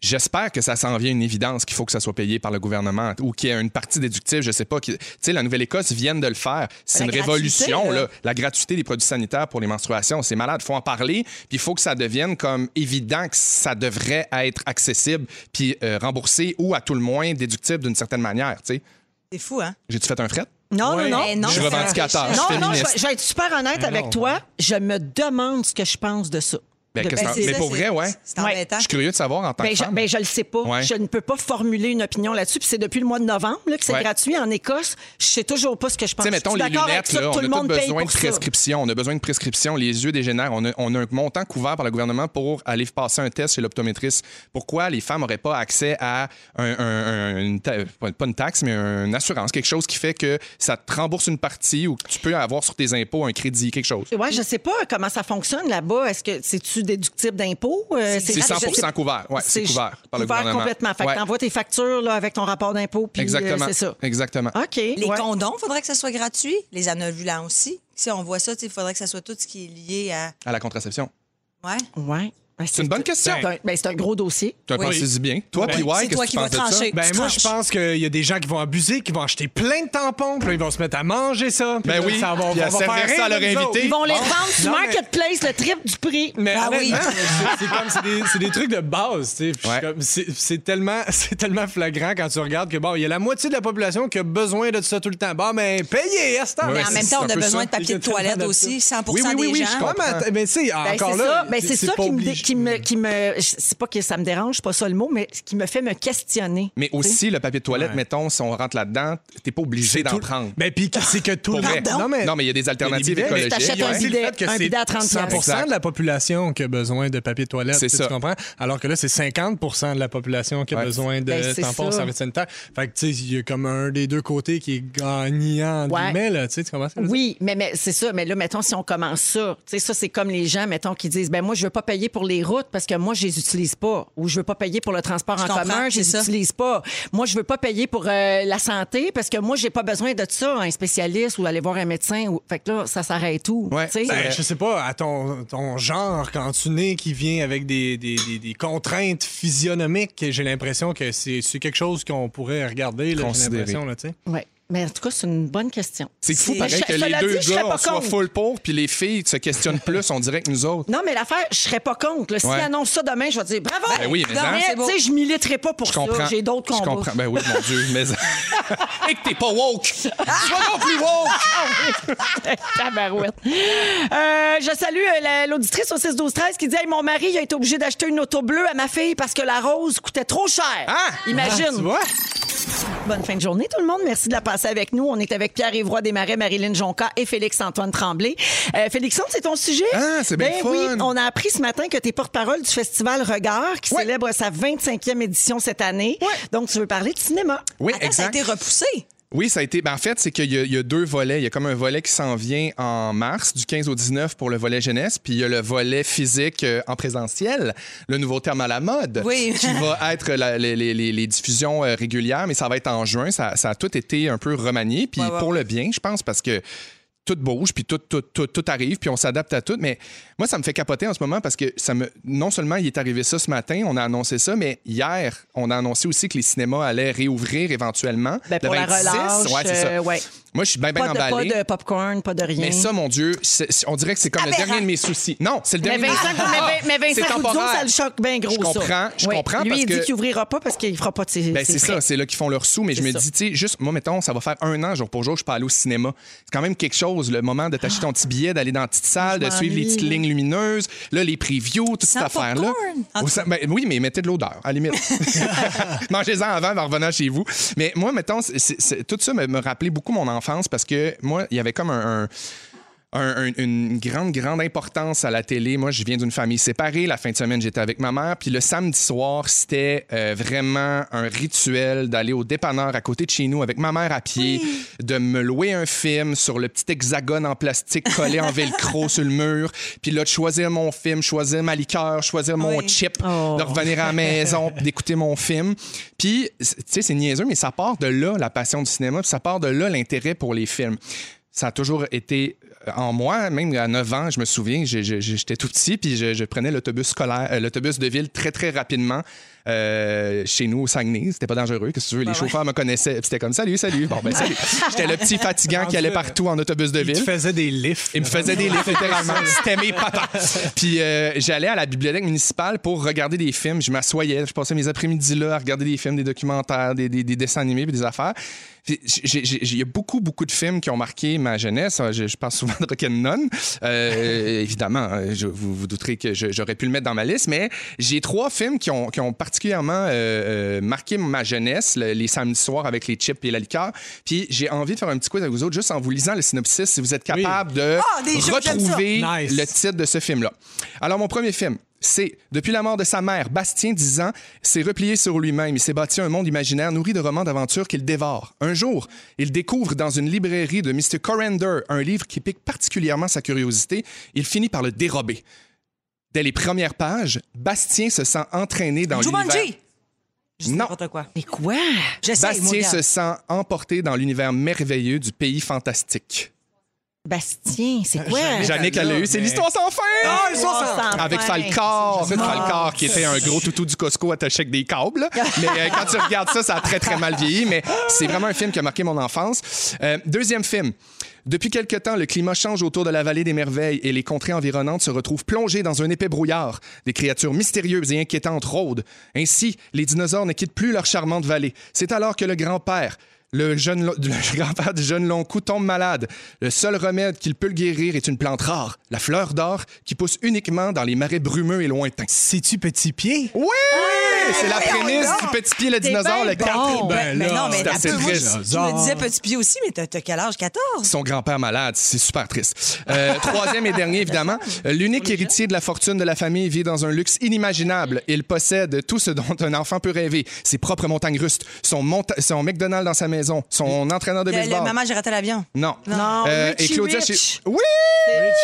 S3: j'espère que ça s'en vient une évidence qu'il faut que ça soit payé par le gouvernement ou qu'il y ait une partie déductive, je sais pas. qui- Tu sais, la Nouvelle-Écosse vient de le faire. C'est
S2: La
S3: une
S2: gratuité,
S3: révolution,
S2: là.
S3: là. La gratuité des produits sanitaires pour les menstruations, c'est malade. faut en parler, puis il faut que ça devienne comme évident que ça devrait être accessible, puis euh, remboursé ou à tout le moins déductible d'une certaine manière, tu sais.
S2: C'est fou, hein?
S3: J'ai-tu fait un fret?
S4: Non,
S5: Ouais.
S4: non, non.
S2: Mais non,
S3: Je suis
S2: c'est-
S3: revendicateur. Ah, Je Ah, suis
S4: Non, non, je,
S3: féministe.
S4: vais- je vais être super honnête avec toi. Je me demande ce que je pense de ça.
S3: Ben,
S4: De-
S3: qu'est-ce
S4: ben,
S3: que t'en-
S2: c'est
S3: mais
S2: ça,
S3: pour
S2: c'est-
S3: vrai, ouais.
S2: C'est embêtant.
S3: Je suis curieux de savoir en tant
S4: ben,
S3: que
S4: je,
S3: femme.
S4: ben, je le sais pas.
S3: Ouais.
S4: Je ne peux pas formuler une opinion là-dessus. Puis c'est depuis le mois de novembre là, que c'est
S3: Ouais.
S4: gratuit en Écosse. Je sais toujours pas ce que je pense.
S3: Tu sais, mettons
S4: Je
S3: les
S4: suis d'accord avec
S3: lunettes,
S4: ça,
S3: là,
S4: que
S3: on
S4: tout le
S3: a
S4: monde
S3: tous
S4: paye
S3: besoin de
S4: pour ça.
S3: prescription. On a besoin de prescription. Les yeux dégénèrent. On a, on a un montant couvert par le gouvernement pour aller passer un test chez l'optométriste. Pourquoi les femmes n'auraient pas accès à un, un- un- une ta- pas- pas une taxe, mais une assurance, quelque chose qui fait que ça te rembourse une partie ou que tu peux avoir sur tes impôts un crédit, quelque chose.
S4: Ouais, je sais pas comment ça fonctionne là-bas. Est-ce que c'est-tu déductible d'impôts? Euh,
S3: C'est
S4: ah, je
S3: 100
S4: sais pas.
S3: couvert. Ouais, c'est couvert par le gouvernement.
S4: complètement. Fait que
S3: Ouais.
S4: t'envoies tes factures là, avec ton rapport d'impôt, puis euh,
S3: Exactement.
S4: c'est ça. Ah.
S3: Exactement.
S4: OK.
S2: Les
S4: ouais.
S2: condoms, faudrait que ça soit gratuit. Les anobulants aussi. Si on voit ça, il faudrait que ça soit tout ce qui est lié à.
S3: À la contraception.
S2: Ouais.
S4: Ouais. Ben,
S3: C'est une bonne question.
S4: c'est un- ben, c'est un gros dossier.
S3: Tu as
S2: Oui.
S3: pensé du bien. Toi, puis ouais,
S2: C'est
S3: qu'est-ce
S2: toi
S3: que tu
S2: qui vas
S3: penses de ça?
S2: trancher.
S5: Ben
S2: Tu
S5: moi, je
S2: tranches.
S5: pense qu'il y a des gens qui vont abuser, qui vont acheter plein de tampons, puis là, ils vont se mettre à manger ça. puis
S3: Ben
S5: là,
S3: oui,
S5: ça
S3: puis
S5: va, on
S3: à
S5: va
S3: servir
S5: faire
S3: ça à
S5: rire
S3: leur
S5: les
S3: invité.
S5: autres.
S4: Ils vont les vendre sur
S5: Non, mais-
S4: Marketplace, le trip du prix.
S5: Mais
S2: Ah oui.
S5: honnêtement, c'est- c'est comme c'est des, c'est des trucs de base, tu sais. Puis je suis
S3: Ouais.
S5: comme- C'est c'est tellement, c'est tellement flagrant quand tu regardes que bon, il y a la moitié de la population qui a besoin de ça tout le temps. Bon, mais payez, à ce temps.
S3: Ouais,
S2: Mais en
S3: c'est-
S2: même
S3: c'est
S2: temps, on
S3: un
S2: a
S3: peu
S2: besoin
S3: ça.
S2: de papier de
S5: J'ai tellement
S2: toilette
S5: d'habitude.
S2: aussi. 100
S3: Oui, oui,
S2: des
S3: oui, oui, je
S2: gens.
S3: comprends.
S5: Ouais, mais, att- mais tu sais, encore
S4: c'est
S5: là,
S4: ça, ben, c'est ça
S5: pas
S4: qui me dé-
S5: obligé
S4: qui me, qui me, c'est pas que ça me dérange, c'est pas ça le mot, mais qui me fait me questionner.
S3: Mais aussi, le papier de toilette, mettons, si on rentre là-dedans, t'es pas obligé
S5: C'est
S3: d'en
S5: tout-
S3: prendre.
S5: Mais puis que- c'est que tout
S3: Pour
S5: le
S3: vrai.
S5: Non, mais,
S3: Non, mais il y a des alternatives
S5: Il y a des bidets.
S3: écologiques.
S4: T'achètes
S5: Il y a
S4: un
S5: aussi le
S4: bidet,
S5: fait que
S4: un
S5: c'est
S4: bidet à 30
S5: 100
S3: Exact.
S5: de la population qui a besoin de papier toilette,
S3: C'est
S5: tu
S3: ça.
S5: comprends? Alors que là, c'est 50 de la population qui a
S3: Ouais.
S5: besoin de
S4: Ben, c'est
S5: tampons,
S4: ça.
S5: serviettes sanitaires. Fait que, tu sais, il y a comme un des deux côtés qui est gagnant, entre
S4: Ouais.
S5: guillemets, là, tu sais, tu comprends ça?
S4: Oui, mais, mais c'est ça. Mais là, mettons, si on commence ça, tu sais, ça, c'est comme les gens, mettons, qui disent, ben moi, je veux pas payer pour les routes parce que moi, je les utilise pas. Ou je veux pas payer pour le transport en
S2: comprends,
S4: commun, je
S2: c'est
S4: les
S2: ça.
S4: utilise pas. Moi, je veux pas payer pour euh, la santé parce que moi, j'ai pas besoin de ça, un spécialiste ou aller voir un médecin. Ou... Fait que là, ça s'arrête tout.
S3: Ouais.
S4: tu sais.
S5: Ben, je sais pas, à ton, ton genre, quand tu nais, qui vient avec des, des- des- des contraintes physionomiques, j'ai l'impression que c'est c'est quelque chose qu'on pourrait regarder, là, j'ai
S3: Considérer.
S5: l'impression, là, tu sais.
S4: Ouais. Mais en tout cas, c'est une bonne question.
S3: C'est fou,
S2: C'est-
S3: pareil,
S4: Je-
S3: que les
S4: cela
S3: deux
S4: dit, je serais
S3: gars
S4: pas
S3: on soit
S4: contre.
S3: full pour, puis les filles se questionnent plus, on dirait que nous autres.
S4: Non, mais l'affaire, je serais pas contre. là. S'ils
S3: Ouais.
S4: annoncent ça demain, je vais dire bravo.
S3: Ben oui, mais
S4: Non,
S3: hein.
S4: mais,
S2: Ah, C'est beau.
S4: tu sais, je militerai pas pour
S3: Je
S4: ça.
S3: comprends.
S4: J'ai d'autres
S3: Je
S4: combats.
S3: comprends. Ben oui, mon Dieu, mais. Et que t'es pas woke! Tu
S4: Ah!
S3: pas non plus woke!
S4: Tabarouette. Euh, je salue euh, la- l'auditrice au 6 12 13 qui dit hey, mon mari il a été obligé d'acheter une auto bleue à ma fille parce que la rose coûtait trop cher.
S3: Ah!
S4: Imagine.
S5: Tu vois?
S4: Bonne fin de journée tout le monde. Merci de la passer avec nous. On est avec Pierre Évroy Desmarais, Marilyn Jonca et Félix Antoine Tremblay. Euh, Félixon, c'est ton sujet
S3: Ah, c'est bien
S4: Ben
S3: fun.
S4: oui, on a appris ce matin que tu es porte-parole du festival Regard qui célèbre sa 25e édition cette année. Donc tu veux parler de cinéma.
S3: Oui,
S2: Attends, ça a été repoussé.
S3: Oui, ça a été. ben, en fait, c'est qu'il y, a- il y a deux volets. Il y a comme un volet qui s'en vient en mars, du 15 au 19 pour le volet jeunesse, puis il y a le volet physique euh, en présentiel, le nouveau terme à la mode,
S2: Oui.
S3: qui va être la- les, les- les- les diffusions euh, régulières, mais ça va être en juin. Ça, ça a tout été un peu remanié, puis
S2: Ouais, ouais.
S3: pour le bien, je pense, parce que tout bouge, puis tout, tout, tout, tout arrive, puis on s'adapte à tout. Mais moi, ça me fait capoter en ce moment parce que ça me, non seulement il est arrivé ça ce matin, on a annoncé ça, mais hier, on a annoncé aussi que les cinémas allaient réouvrir éventuellement.
S4: Ben, pour
S3: Le
S4: la
S3: 26,
S4: relâche,
S3: ouais, c'est ça.
S4: euh, ouais.
S3: Moi, je suis bien, bien
S4: Pas de, pas
S3: ben emballé.
S4: de popcorn, pas de rien.
S3: Mais ça, mon Dieu, c'est- c'est- on dirait que c'est comme le
S2: Aberrant.
S3: dernier de mes soucis. Non, c'est le
S4: Mais
S3: dernier. de mes
S4: Vincent,
S3: soucis.
S4: mais, mais
S3: C'est
S4: Vincent Coudreau,
S3: temporaire.
S4: ça le choque bien gros,
S3: Je comprends,
S4: ça.
S3: je
S4: Oui.
S3: comprends
S4: Lui,
S3: parce
S4: il dit
S3: que-
S4: qu'il ouvrira pas parce qu'il fera pas de ses
S3: Ben,
S4: ses
S3: c'est
S4: frais.
S3: ça, c'est là qu'ils font leur sous. Mais je
S4: C'est
S3: me
S4: ça.
S3: dis, tu sais, juste, moi, mettons, ça va faire un an, jour pour jour, je suis pas allé au cinéma. C'est quand même quelque chose, le moment de t'acheter ton petit billet, d'aller dans la petite salle, de suivre les
S4: m'ennuie,
S3: petites
S4: là.
S3: lignes lumineuses, là, les previews, toute cette
S2: Sans
S3: affaire-là.
S2: popcorn.
S3: Au sa- ben, oui, mais mettez de l'odeur, à la limite. Mangez-en avant, en revenant chez vous. Mais moi, mettons, c'est- c'est- c'est- tout ça me, me rappelait beaucoup mon enfance parce que moi, il y avait comme un- un un- un- une grande, grande importance à la télé. Moi, je viens d'une famille séparée. La fin de semaine, j'étais avec ma mère. Puis le samedi soir, c'était euh, vraiment un rituel d'aller au dépanneur à côté de chez nous avec ma mère à pied, de me louer un film sur le petit hexagone en plastique collé en velcro sur le mur. Puis là, de choisir mon film, choisir ma liqueur, choisir mon
S2: Oui.
S3: chip, de revenir à la maison, puis d'écouter mon film. Puis, c'est- tu sais, c'est niaiseux, mais ça part de là, la passion du cinéma, puis ça part de là, l'intérêt pour les films ça a toujours été euh, en moi, même à 9 ans, je me souviens, j'ai- j'ai- j'étais tout petit, puis je, je prenais l'autobus scolaire, euh, l'autobus de ville très, très rapidement euh, chez nous au Saguenay. C'était pas dangereux, que si tu veux, les chauffeurs me connaissaient, puis c'était comme salut, salut. Bon, ben salut. J'étais le petit fatigant qui allait partout en autobus de
S5: Il te
S3: ville.
S5: faisait des lifts.
S3: Il me faisait des livres, littéralement. C'était mes papas. Puis euh, j'allais à la bibliothèque municipale pour regarder des films. Je m'assoyais, je passais mes après-midi là à regarder des films, des documentaires, des, des- des dessins animés, puis des affaires. Puis j'ai- j'ai- j'ai- Il y a beaucoup, beaucoup de films qui ont marqué ma jeunesse. Euh, Je, je parle souvent de Rock'n'None. Euh, évidemment, euh, je, vous vous douterez que je- j'aurais pu le mettre dans ma liste, mais j'ai trois films qui ont, qui ont particulièrement euh, euh, marqué ma jeunesse, le- les samedis soirs avec les chips et la liqueur. Puis j'ai envie de faire un petit quiz avec vous autres, juste en vous lisant le synopsis, si vous êtes
S5: Oui.
S3: capable de
S2: Ah, des jeux, j'aime ça.
S3: retrouver
S5: Nice.
S3: le titre de ce film-là. Alors, mon premier film, c'est Depuis la mort de sa mère, Bastien, 10 ans, s'est replié sur lui-même. Il s'est bâti un monde imaginaire nourri de romans d'aventure qu'il dévore. Un jour, il découvre dans une librairie de Mr. Corrender un livre qui pique particulièrement sa curiosité. Il finit par le dérober. Dès les premières pages, Bastien se sent entraîné dans l'univers...
S2: Jumanji! Je sais
S3: Non.
S2: n'importe quoi.
S4: Mais quoi?
S2: J'essaie, moi,
S3: Bastien
S2: regarde.
S3: se sent emporté dans l'univers merveilleux du pays fantastique.
S4: Bastien, c'est
S2: Euh,
S4: quoi?
S3: Jannick a eu, c'est
S5: mais-
S3: l'histoire sans fin!
S4: Enfin.
S3: Avec Falcor, Falcor qui était un gros toutou du Costco attaché avec des câbles. Mais euh, quand tu regardes ça, ça a très très mal vieilli. Mais c'est vraiment un film qui a marqué mon enfance. Euh, deuxième film. Depuis quelque temps, le climat change autour de la vallée des merveilles et les contrées environnantes se retrouvent plongées dans un épais brouillard. Des créatures mystérieuses et inquiétantes rôdent. Ainsi, les dinosaures ne quittent plus leur charmante vallée. C'est alors que le grand-père, Le, jeune lo- le grand-père du jeune long cou tombe malade. Le seul remède qu'il peut le guérir est une plante rare, la fleur d'or, qui pousse uniquement dans les marais brumeux et lointains.
S5: C'est-tu petit pied?
S3: Oui! C'est la
S2: Ah, voyons
S3: prémisse
S2: donc!
S3: du petit pied, le dinosaure,
S4: ben
S3: le quatre-
S4: bon.
S3: Ben,
S2: mais non, mais
S3: c'est assez
S2: attends, moi, je,
S3: triste.
S2: je me disais petit pied aussi, mais t'as t'as quel âge? 14?
S3: Son grand-père malade, c'est super triste. Euh, troisième et dernier, évidemment. Euh, L'unique héritier de la fortune de la famille vit dans un luxe inimaginable. Il possède tout ce dont un enfant peut rêver. Ses propres montagnes russes, son, monta- son McDonald's dans sa maison, son entraîneur de
S2: Le- le
S3: baseball.
S2: maman, j'ai raté l'avion.
S3: Non. Euh,
S4: Non, Richie Rich.
S3: Chi- Oui!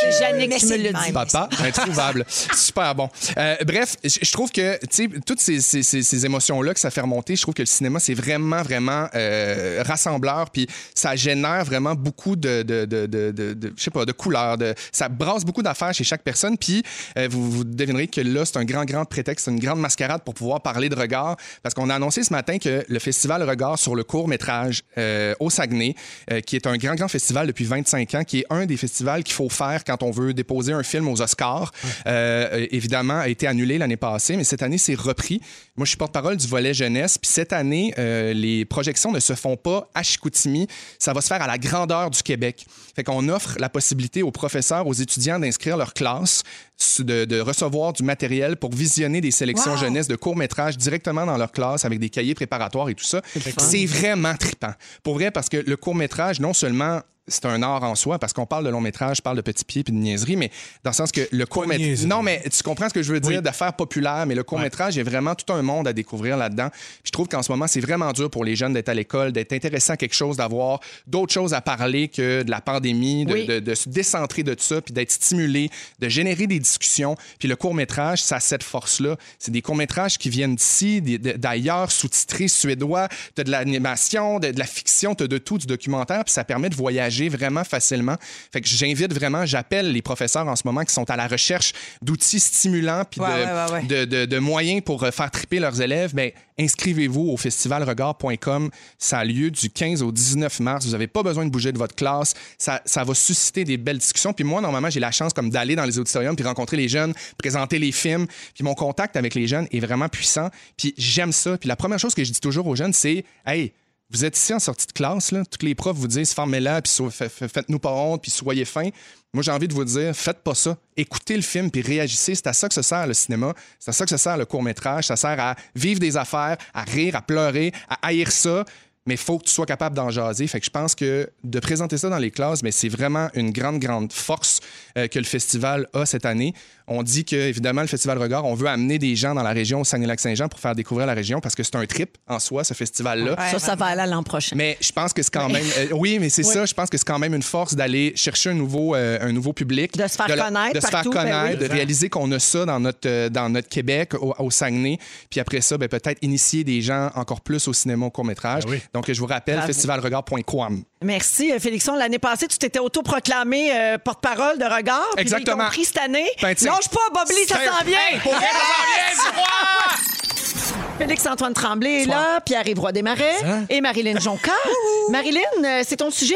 S4: C'est Jannick
S2: Mais
S4: qui me
S2: c'est
S4: le
S2: le
S4: dit.
S2: même.
S3: Papa, introuvable. Super bon. Euh, bref, je je trouve que, tu sais, toutes ces, ces- ces- ces émotions-là que ça fait remonter, je trouve que le cinéma, c'est vraiment, vraiment euh, rassembleur, puis ça génère vraiment beaucoup de, de, de, de- de- de- je sais pas, de couleurs, de, ça brasse beaucoup d'affaires chez chaque personne, puis euh, vous, vous devinerez que là, c'est un grand, grand prétexte, une grande mascarade pour pouvoir parler de regard, parce qu'on a annoncé ce matin que le festival Regard sur le court-métrage euh, au Saguenay, euh, qui est un grand, grand festival depuis 25 ans, qui est un des festivals qu'il faut faire quand on veut déposer un film aux Oscars. Euh, euh, évidemment, a été annulé l'année passée, mais cette année, c'est repris. Moi, je suis porte-parole du volet jeunesse. Puis cette année, euh, les projections ne se font pas à Chicoutimi. Ça va se faire à la grandeur du Québec. Fait qu'on offre la possibilité aux professeurs, aux étudiants d'inscrire leur classe, su- de, de recevoir du matériel pour visionner des sélections
S2: Wow!
S3: jeunesse de courts-métrages directement dans leur classe avec des cahiers préparatoires et tout ça. C'est vraiment trippant. Pour vrai, parce que le court-métrage, non seulement c'est un art en soi, parce qu'on parle de long métrage, je parle de petit pied puis de niaiserie, mais dans le sens que le court métrage.
S5: niaiserie.
S3: Non, mais tu comprends ce que je veux dire, d'affaires populaires, mais le court métrage, il y a vraiment tout un monde à découvrir là-dedans. Puis Je trouve qu'en ce moment, c'est vraiment dur pour les jeunes d'être à l'école, d'être intéressant à quelque chose, d'avoir d'autres choses à parler que de la pandémie, de,
S4: Oui.
S3: de- de se décentrer de ça, puis d'être stimulé, de générer des discussions. Puis le court métrage, ça a cette force-là. C'est des courts métrages qui viennent d'ici, des- de- d'ailleurs, sous-titrés suédois. Tu de l'animation, de, de la fiction, tu de tout, du documentaire, puis ça permet de voyager vraiment facilement. Fait que j'invite vraiment, j'appelle les professeurs en ce moment qui sont à la recherche d'outils stimulants, puis
S2: Ouais,
S3: de,
S2: ouais, ouais,
S3: De, de- de moyens pour euh, faire triper leurs élèves. Mais inscrivez-vous au festivalregard.com. Ça a lieu du 15 au 19 mars. Vous n'avez pas besoin de bouger de votre classe. Ça, ça va susciter des belles discussions. Puis moi, normalement, j'ai la chance comme d'aller dans les auditoriums puis rencontrer les jeunes, présenter les films. Puis mon contact avec les jeunes est vraiment puissant. Puis j'aime ça. Puis la première chose que je dis toujours aux jeunes, c'est Hey, vous êtes ici en sortie de classe, là. Toutes les profs vous disent formez-la, puis so- fa- fa- faites-nous pas honte, puis soyez fins. Moi, j'ai envie de vous dire, faites pas ça. Écoutez le film, puis réagissez. C'est à ça que ça sert le cinéma. C'est à ça que ça sert le court-métrage. Ça sert à vivre des affaires, à rire, à pleurer, à haïr ça. Mais il faut que tu sois capable d'en jaser. Fait que je pense que de présenter ça dans les classes, mais c'est vraiment une grande, grande force euh, que le festival a cette année. On dit que, évidemment, le Festival Regard, on veut amener des gens dans la région au Saguenay-Lac-Saint-Jean pour faire découvrir la région parce que c'est un trip en soi, ce festival-là.
S2: Ouais,
S4: Ça, ça va aller à l'an prochain.
S3: Mais je pense que c'est quand même. euh, oui, mais c'est ça. Je pense que c'est quand même une force d'aller chercher un nouveau, euh, un nouveau public.
S4: De se faire
S3: la-
S4: connaître
S3: De se
S4: partout,
S3: faire
S4: ben
S3: connaître,
S4: oui.
S3: de réaliser qu'on a ça dans notre, euh, dans notre Québec, au, au Saguenay. Puis après ça, ben, peut-être initier des gens encore plus au cinéma, au court-métrage.
S5: Ben oui.
S3: Donc, je vous rappelle, festivalregard.com.
S4: Merci, euh, Félixon. L'année passée, tu t'étais autoproclamé euh, porte-parole de regard. puis là,
S3: Exactement.
S4: Ils t'ont pris cette année.
S3: Ben, tiens.
S4: Lâche pas, Bob Lee, ça
S3: C'est-
S4: s'en vient.
S3: Pour vrai, ça s'en vient, du roi!
S4: Félix-Antoine Tremblay est là, Pierre-Yves Roy Desmarais
S5: Hein?
S4: et Marilyn Jonca. Marilyn, euh, c'est ton sujet?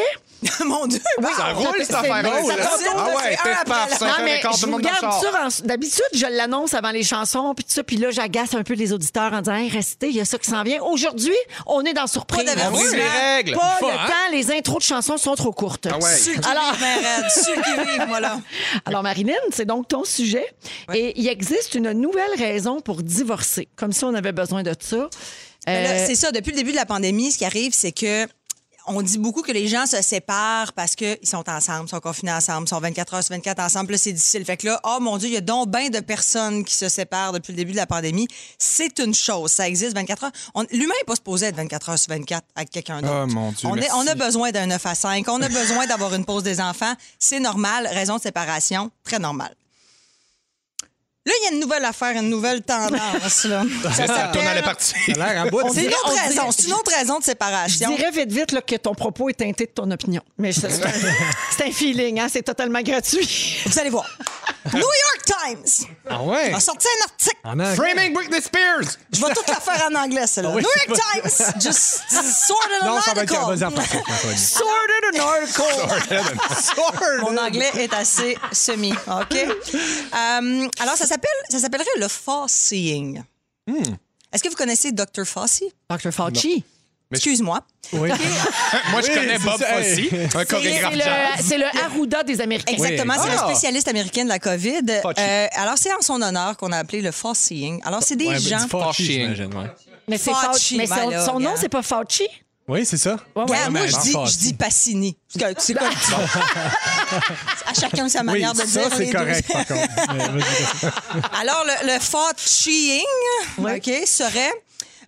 S4: Ah,
S2: Mon Dieu!
S3: Ça
S2: wow!
S3: roule,
S4: c'est-
S3: cette affaire-là.
S4: c'est-
S3: là.
S2: c'est-
S3: Ah ouais,
S2: c'est-
S3: pif,
S2: ah,
S3: paf,
S2: après-
S3: cinq heures et quart, tout
S4: je
S3: le
S4: vous
S3: monde dans le
S4: garde
S3: char.
S4: ça. en- D'habitude, je l'annonce avant les chansons, puis tout ça. Puis là, j'agace un peu les auditeurs en disant hey, restez, il y a ça qui s'en vient. Aujourd'hui, on est dans surprise.
S2: d'avertissement.
S3: On est Ah les règles.
S4: Pas
S5: Faut,
S4: le
S5: hein?
S4: temps, les intros de chansons sont trop courtes.
S3: Ah ouais.
S2: Ceux qui
S4: Alors-
S2: vivent, ben, raide, ceux qui vivent, moi, là.
S4: Alors, Marilyn, c'est donc ton sujet. Et il existe une nouvelle raison pour divorcer, comme si on avait besoin de ça.
S2: Mais Ben là,
S4: Euh,
S2: c'est ça, depuis le début de la pandémie, ce qui arrive, c'est que on dit beaucoup que les gens se séparent parce qu'ils sont ensemble, sont confinés ensemble, sont 24 heures sur 24 ensemble. Là, c'est difficile. Fait que là, oh mon Dieu, il y a donc bien de personnes qui se séparent depuis le début de la pandémie. C'est une chose. Ça existe 24 heures. On- L'humain n'est pas supposé être 24 heures sur 24 avec quelqu'un d'autre.
S3: Oh, mon Dieu,
S2: on, est- on a
S3: merci.
S2: besoin d'un 9 à 5. On a besoin d'avoir une pause des enfants. C'est normal. Raison de séparation, très normal. Là, il y a une nouvelle affaire, une nouvelle tendance. Là.
S3: Ça
S2: Ça
S3: tourne à la
S2: s'appelle-
S3: partie.
S5: Ça a l'air en bout.
S4: On
S2: c'est une
S4: dirait-
S2: autre
S4: on dirait-
S2: raison. C'est une autre raison de
S4: Je
S2: séparation.
S4: dirais vite, vite là, que ton propos est teinté de ton opinion. Mais je- c'est un, c'est un feeling, hein, c'est totalement gratuit.
S2: Vous allez voir. New York Times
S5: Ah ouais?
S2: a sorti un article.
S5: En anglais.
S3: Framing Britney Spears!
S2: Je vais toute la faire en anglais, celle-là.
S5: Ah oui,
S2: New York Times just sorted an
S5: Non, ça va être
S2: article.
S5: vas-y en français, Antoine.
S4: Sorted an article.
S2: Mon anglais est assez semi, OK? Euh, alors, ça s'appelle, ça s'appellerait
S5: Hmm.
S2: le Fosseeing. Est-ce que vous connaissez Dr. Fossey?
S4: Dr. Fauci.
S2: Excuse-moi.
S5: Oui.
S3: Moi, je
S5: Oui,
S3: connais
S5: c'est
S3: Bob
S5: ça,
S3: Fossey, un
S7: C'est
S3: chorégraphe
S7: c'est
S3: jazz.
S7: le, c'est le Arruda des Américains.
S2: Exactement, c'est
S3: Ah!
S2: le spécialiste américain de la COVID.
S3: Fauci.
S2: Euh, alors, c'est en son honneur qu'on a appelé le Foreseeing. Alors, c'est des
S5: Ouais, ben, du
S2: gens...
S5: Fauci,
S3: Fauci.
S5: j'imagine, ouais.
S7: Mais c'est
S2: Fauci,
S7: Fauci. Mais son,
S2: voilà,
S7: son nom,
S4: hein.
S2: regarde.
S7: c'est pas Fauci?
S5: Oui, c'est ça.
S7: Ouais, ouais.
S2: Regarde, moi,
S5: mais
S2: je
S5: en
S2: dis, je
S5: Fauci.
S2: dis Passini. C'est c'est quoi le- À chacun sa
S5: Oui,
S2: manière de
S5: ça,
S2: dire. les
S5: c'est
S2: deux.
S5: correct, par contre. Mais vas-y,
S2: Alors, le, le Fauciing, OK, serait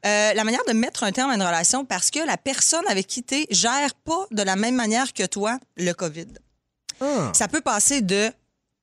S2: euh, la manière de mettre un terme à une relation parce que la personne avec qui tu es gère pas de la même manière que toi le COVID.
S4: Ah.
S2: Ça peut passer de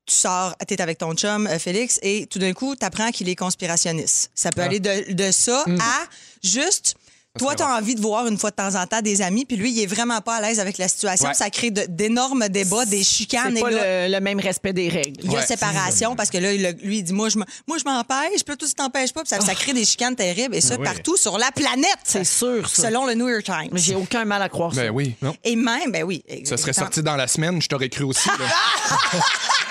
S2: tu sors, t'es avec ton chum, euh, Félix, et tout d'un coup, t'apprends qu'il est conspirationniste. Ça
S4: Ah.
S2: peut aller de, de ça
S4: Mm.
S2: à juste. Toi, t'as envie de voir une fois de temps en temps des amis, puis lui, il est vraiment pas à l'aise avec la situation.
S3: Ouais.
S2: Ça crée de- d'énormes débats, des chicanes.
S4: C'est
S2: et
S4: pas
S2: là,
S4: le, le même respect des règles.
S2: il y a
S3: Ouais.
S2: séparation parce que là, le- lui, il dit Moi, je me- moi, je m'empêche. Puis tout tu t'empêches pas. Puis ça, ça crée des chicanes terribles. Et ça,
S5: oui.
S2: partout sur la planète.
S4: C'est sûr, ça.
S2: Selon le New York Times.
S4: Mais j'ai aucun mal à croire ça.
S3: Ben oui, non.
S2: Et même, ben oui.
S3: Ça serait
S2: exactement.
S3: sorti dans la semaine, je t'aurais cru aussi. là.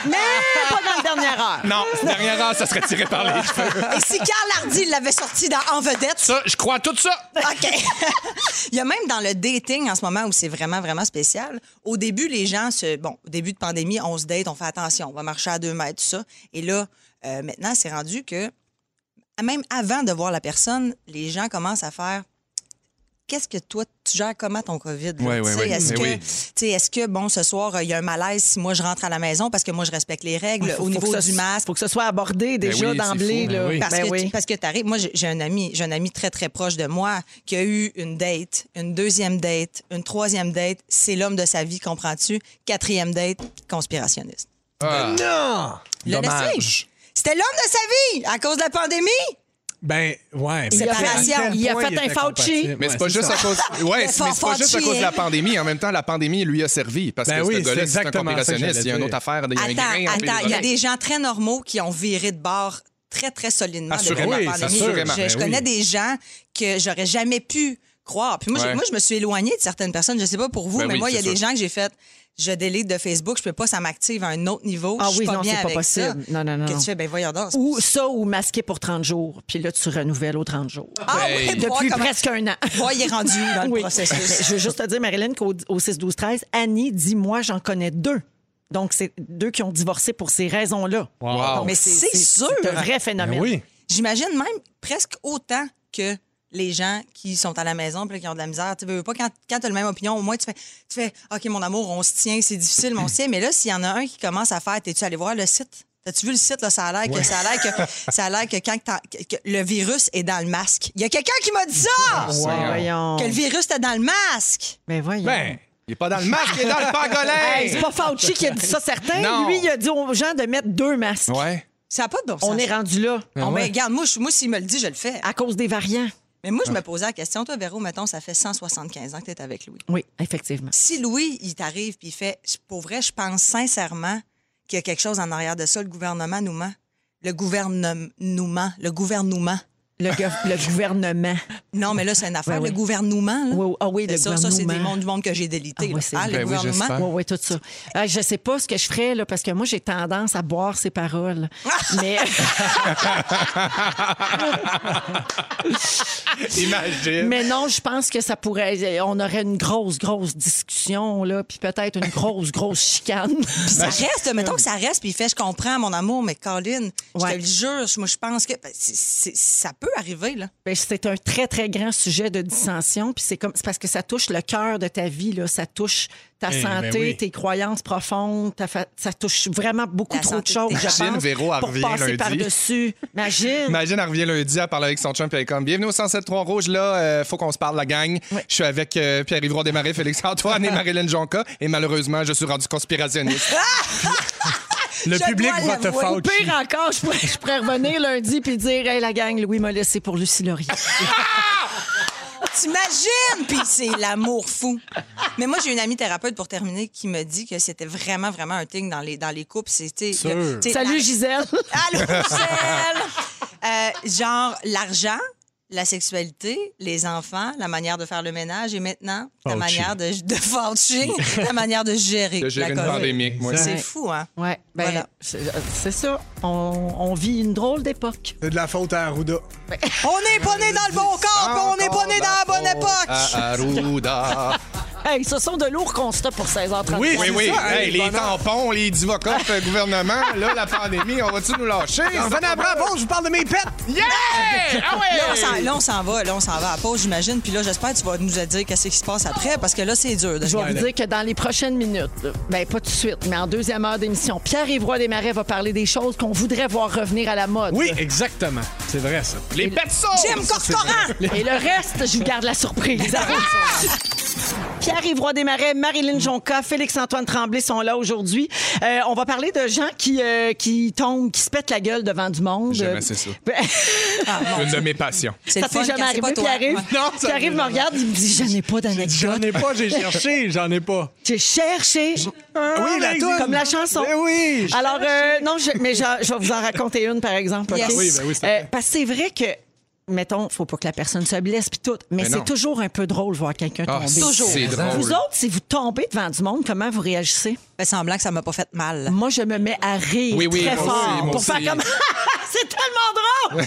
S4: Mais pas dans la dernière heure.
S3: non, dernière heure, ça serait tiré par les cheveux.
S2: Et si Carl Hardy l'avait sorti dans En vedette,
S3: Ça, je crois à tout ça.
S2: OK. Il y a même dans le dating en ce moment où c'est vraiment, vraiment spécial. Au début, les gens se. Bon, au début de pandémie, on se date, on fait attention, on va marcher à deux mètres, tout ça. Et là, euh, maintenant, c'est rendu que même avant de voir la personne, les gens commencent à faire. Qu'est-ce que toi, tu gères comment ton COVID? là?
S3: Ouais, ouais,
S2: Tu sais,
S3: ouais.
S2: Est-ce
S3: Mais
S2: que,
S3: oui.
S2: tu sais, est-ce que, bon, ce soir, euh, il y a un malaise si moi je rentre à la maison parce que moi je respecte les règles
S4: Faut-
S2: au
S4: faut
S2: niveau
S4: que ça-
S2: du masque?
S4: Faut que ce soit abordé déjà
S3: oui, c'est
S4: d'emblée.
S3: fou.
S4: là.
S5: Ben oui.
S2: Parce
S4: Ben
S2: que,
S4: oui.
S2: parce que t'arrives. Moi, j'ai- j'ai un ami, j'ai un ami très très proche de moi qui a eu une date, une deuxième date, une troisième date. C'est l'homme de sa vie, comprends-tu Quatrième date, conspirationniste.
S3: Ah,
S2: Le
S5: Dommage.
S2: message. C'était l'homme de sa vie à cause de la pandémie.
S5: Ben, ouais. mais
S2: Il a
S5: à quel
S2: fait-
S5: point
S4: il a fait
S5: était
S4: un Fauci.
S5: compatible.
S3: Mais
S5: Ouais,
S3: c'est pas juste
S5: ça.
S3: à cause. Ouais,
S2: Le
S3: mais c'est pas juste à
S2: Fauci,
S3: cause de la
S2: hein.
S3: pandémie. En même temps, la pandémie lui a servi parce
S5: Ben
S3: que
S5: oui,
S3: ce
S5: c'est
S3: gars-là, c'est un
S5: exactement ça que
S3: conspirationniste. Il y a une
S5: j'allais
S3: autre affaire. Il y a un
S2: Attends,
S3: grain entre les
S2: attends. Il y a
S3: oreilles.
S2: des gens très normaux qui ont viré de bord très très solidement depuis
S3: Assurément,
S5: oui,
S2: la pandémie.
S3: assurément.
S2: Je, je
S5: Ben
S2: connais
S5: oui.
S2: des gens que j'aurais jamais pu croire. Puis moi, j'ai-
S3: Ouais.
S2: moi, je me suis éloignée de certaines personnes. Je sais pas pour vous,
S3: Ben
S2: mais
S3: oui,
S2: moi, il y a
S3: c'est
S2: des
S3: sûr.
S2: gens que j'ai fait. Je délite de Facebook, je peux pas, ça m'active à un autre niveau.
S4: Ah
S2: je suis
S4: oui,
S2: pas
S4: non,
S2: bien
S4: c'est pas
S2: avec
S4: possible.
S2: ça.
S4: Non, non, non,
S2: Que
S4: non.
S2: tu fais, ben voyons donc. c'est-
S4: Ou ça, ou masqué pour 30 jours. Puis là, tu renouvelles aux 30 jours.
S2: Ah oui,
S3: Hey.
S2: de voir
S4: Depuis
S2: comment-
S4: presque un an.
S2: Voir, il est rendu où dans le
S4: Oui. Mais
S2: processus.
S4: Je veux juste te dire, Marilyn, qu'au au 6-12-13, Annie dit Moi, j'en connais deux. Donc, c'est deux qui ont divorcé pour ces raisons-là.
S3: Wow.
S4: Mais
S2: C'est sûr.
S4: C'est un vrai phénomène.
S5: Ben oui.
S2: J'imagine même presque autant que les gens qui sont à la maison puis là, qui ont de la misère. Tu veux veux pas quand, quand tu as la même opinion, au moins tu fais, tu fais OK, mon amour, on se tient, c'est difficile, mais on se tient. Mais là, s'il y en a un qui commence à faire, t'es-tu allé voir le site? T'as-tu vu le site? Là, ça a l'air que, ça a l'air que, ça a l'air que quand t'en- que- que le virus est dans le masque. Il y a quelqu'un qui m'a dit ça!
S4: Ben voyons.
S2: Que le virus était dans le masque!
S4: Ben voyons.
S5: Ben,
S3: Il est pas dans le masque, il est dans le
S4: Hey, c'est
S3: pangolin.
S4: pas Fauci qui a dit ça, certain.
S3: Non.
S4: Lui, il a dit aux gens de mettre deux masques.
S3: Ouais.
S2: Ça n'a pas de bon sens.
S4: On est rendu Ah. là
S2: Oh, ben, regarde, moi, je- moi s'il me le dit, je le fais.
S4: à cause des variants.
S2: Mais moi, je
S4: Ah.
S2: me posais la question, toi, Véro, mettons, ça fait 175 ans que tu es avec Louis.
S4: Oui, effectivement.
S2: Si Louis, il t'arrive puis il fait, pour vrai, je pense sincèrement qu'il y a quelque chose en arrière de ça, le gouvernement nous ment. Le gouvernement, le gouvernement.
S4: Le, gov- le gouvernement.
S2: Non, mais là, c'est une affaire,
S4: Ouais, ouais.
S2: le gouvernement. Là.
S4: Ouais, ouais. Ah oui,
S2: C'est
S4: le
S2: ça, ça, c'est des
S4: gouvernement.
S2: mondes du monde que j'ai délité. là.
S4: Ah oui, c'est
S2: Hein, le
S3: vrai. Ben oui,
S2: gouvernement.
S3: j'espère.
S4: Oui, oui, tout ça. Euh, je sais pas ce que je ferais, là, parce que moi, j'ai tendance à boire ses paroles. Mais.
S3: Imagine.
S4: Mais non, je pense que ça pourrait. On aurait une grosse, grosse discussion, là, puis peut-être une grosse, grosse chicane.
S2: Puis ça
S4: Ben,
S2: reste, mettons que ça reste, puis il fait, je comprends, mon amour, mais Colin,
S4: Ouais.
S2: je te le jure, je- moi, je pense que ben, c'est- c'est- ça peut arriver, là.
S4: Ben, c'est un très, très grand sujet de dissension, puis c'est comme c'est parce que ça touche le cœur de ta vie, là. Ça touche ta
S5: Eh, ben
S4: santé,
S5: oui.
S4: tes croyances profondes, ta fa- ça touche vraiment beaucoup
S2: La
S4: trop de
S2: santé de
S4: choses,
S2: tes
S4: je
S3: Imagine,
S4: pense,
S3: Véro, elle
S4: pour
S3: revient
S4: passer
S3: lundi.
S4: par-dessus. Imagine.
S3: Imagine, elle revient lundi, elle parle avec son chum, puis elle est comme Bienvenue au 107.3 Rouge, là, euh, faut qu'on se parle, la gang. Je suis avec euh, Pierre-Yves Desmarais, Félix-Antoine et Marilyn Jonca, et malheureusement, je suis rendu conspirationniste.
S5: le
S2: Je
S5: public
S2: dois
S5: va te
S2: l'avouer.
S4: Au
S5: Fauci.
S4: pire encore, je pourrais, je pourrais revenir lundi puis dire Hey, la gang, Louis m'a laissé pour Lucie Laurier.
S2: T'imagines? Puis c'est l'amour fou. Mais moi, j'ai une amie thérapeute pour terminer qui me dit que c'était vraiment, vraiment un thing dans les, dans les couples. C'était.
S5: Sûr.
S2: le- t'sais,
S4: Salut,
S2: la-
S4: Gisèle.
S2: Allô, Gisèle! Euh, genre, l'argent, la sexualité, les enfants, la manière de faire le ménage et maintenant la
S5: Fauci.
S2: manière de, de Fauci, la manière de gérer
S3: De gérer
S2: la
S3: une
S2: COVID.
S3: pandémie. moi.
S5: Exact.
S2: C'est fou, hein?
S4: Ouais, ben,
S2: Voilà.
S4: c'est c'est ça. On, on vit une drôle d'époque.
S5: C'est de la faute à Arruda.
S2: On n'est pas né dans le Ah, bon camp, on n'est pas né dans la bonne
S3: Encore
S2: époque!
S3: À Arruda.
S4: Hey, ce sont de lourds constats pour 16h30.
S5: Oui,
S3: Oui,
S5: C'est
S3: oui.
S5: ça,
S3: Hey,
S5: hey,
S3: les
S5: bonheur.
S3: tampons, les divocotes, le gouvernement, là, la pandémie, on va-tu nous lâcher?
S5: En venant après la pause, je vous parle de mes pets.
S3: Yeah! Ah
S2: Là, on
S3: ouais!
S2: s'en- Là, on s'en va, là, on s'en va à pause, j'imagine. Puis là, j'espère que tu vas nous dire qu'est-ce qui se passe après, parce que là, c'est dur. de
S4: Je vais vous
S2: regarder.
S4: dire que dans les prochaines minutes, là, ben pas tout de suite, mais en deuxième heure d'émission, Pierre Évroy Desmarais va parler des choses qu'on voudrait voir revenir à la mode.
S5: Oui, exactement. C'est vrai, ça.
S3: Les pets sautent!
S2: Jim Corcoran!
S4: Et le reste, je vous garde la surprise. Pierre Évroy Desmarais, Marilyn Jonca, Félix-Antoine Tremblay sont là aujourd'hui. Euh, on va parler de gens qui, euh, qui tombent, qui se pètent la gueule devant du monde.
S3: Jamais, c'est ça.
S2: Ah, mon
S3: Une
S2: Dieu.
S3: de mes passions.
S2: C'est
S4: ça
S2: le fun
S4: t'est jamais
S2: quand c'est
S4: arrivé,
S2: pas toi.
S4: Pierre arrive,
S2: Ouais.
S5: Non, ça
S4: Pierre arrive
S5: m'est
S4: me
S5: jamais
S4: regarde, il me dit Je n'ai pas
S5: J'en
S4: d'anecdote.
S5: ai pas, j'ai cherché, j'en ai pas.
S4: J'ai cherché.
S5: Oui, la toune.
S4: Comme la chanson.
S5: Ben oui, j'ai
S4: Alors, euh, non, je- mais je, je vais vous en raconter une, par exemple.
S2: Yes.
S4: OK? Euh,
S2: Oui,
S5: ben oui, s'il te plaît.
S4: parce que c'est vrai que. Mettons, faut pas que la personne se blesse puis tout, mais
S3: Mais non.
S4: c'est toujours un peu drôle voir quelqu'un
S3: Ah,
S4: tomber.
S3: c'est Toujours. drôle.
S4: Vous autres, si vous tombez devant du monde, comment vous réagissez
S2: Fais semblant que ça m'a pas fait mal.
S4: Moi, je me mets à rire
S3: Oui, oui,
S4: très
S3: moi
S4: fort
S3: aussi, moi
S4: pour
S3: aussi.
S4: faire comme c'est tellement drôle.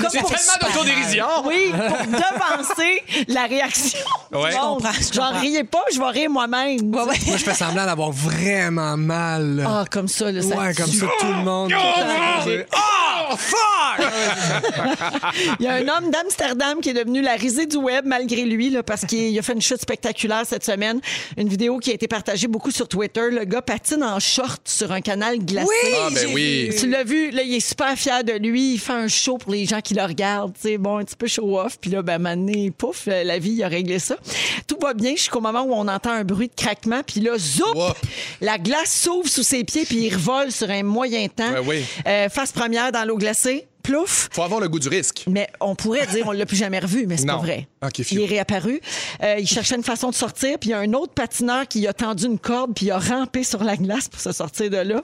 S4: Comme
S3: C'est
S4: pour-
S3: tellement d'autodérision!
S4: oui, pour devancer la réaction. du
S3: Ouais. Je
S4: monde.
S2: comprends, je
S4: J'en
S2: comprends.
S4: riais pas, je vais rire moi-même.
S2: Ouais, ouais.
S5: Moi, je fais semblant d'avoir vraiment mal.
S4: Ah, comme ça, là, ça
S5: ouais, comme
S4: tue.
S5: ça, tout le monde.
S3: Oh, fuck!
S4: Il y a un homme d'Amsterdam qui est devenu la risée du web malgré lui, là, parce qu'il a fait une chute spectaculaire cette semaine. Une vidéo qui a été partagée beaucoup sur Twitter. Le gars patine en short sur un canal glacé.
S3: Ah, ben
S2: j'ai-
S3: oui.
S4: Tu l'as vu, là, il est super fier de lui. Il fait un show pour les gens qui le regardent. tu sais, bon, un petit peu show-off. Puis là, ben, à un moment donné, pouf, euh, la vie, il a réglé ça. Tout va bien jusqu'au moment où on entend un bruit de craquement. Puis là, zoup!
S3: Whoop.
S4: La glace s'ouvre sous ses pieds, puis il revole sur un moyen temps.
S3: Ben oui.
S4: Euh, face première dans l'eau glacée. Plouf!
S3: Faut avoir le goût du risque.
S4: Mais on pourrait dire on l'a plus jamais revu, mais c'est pas
S3: Non.
S4: vrai.
S3: Ok,
S4: il
S3: fio.
S4: est réapparu. Euh, il cherchait une façon de sortir, puis il y a un autre patineur qui a tendu une corde, puis il a rampé sur la glace pour se sortir de là.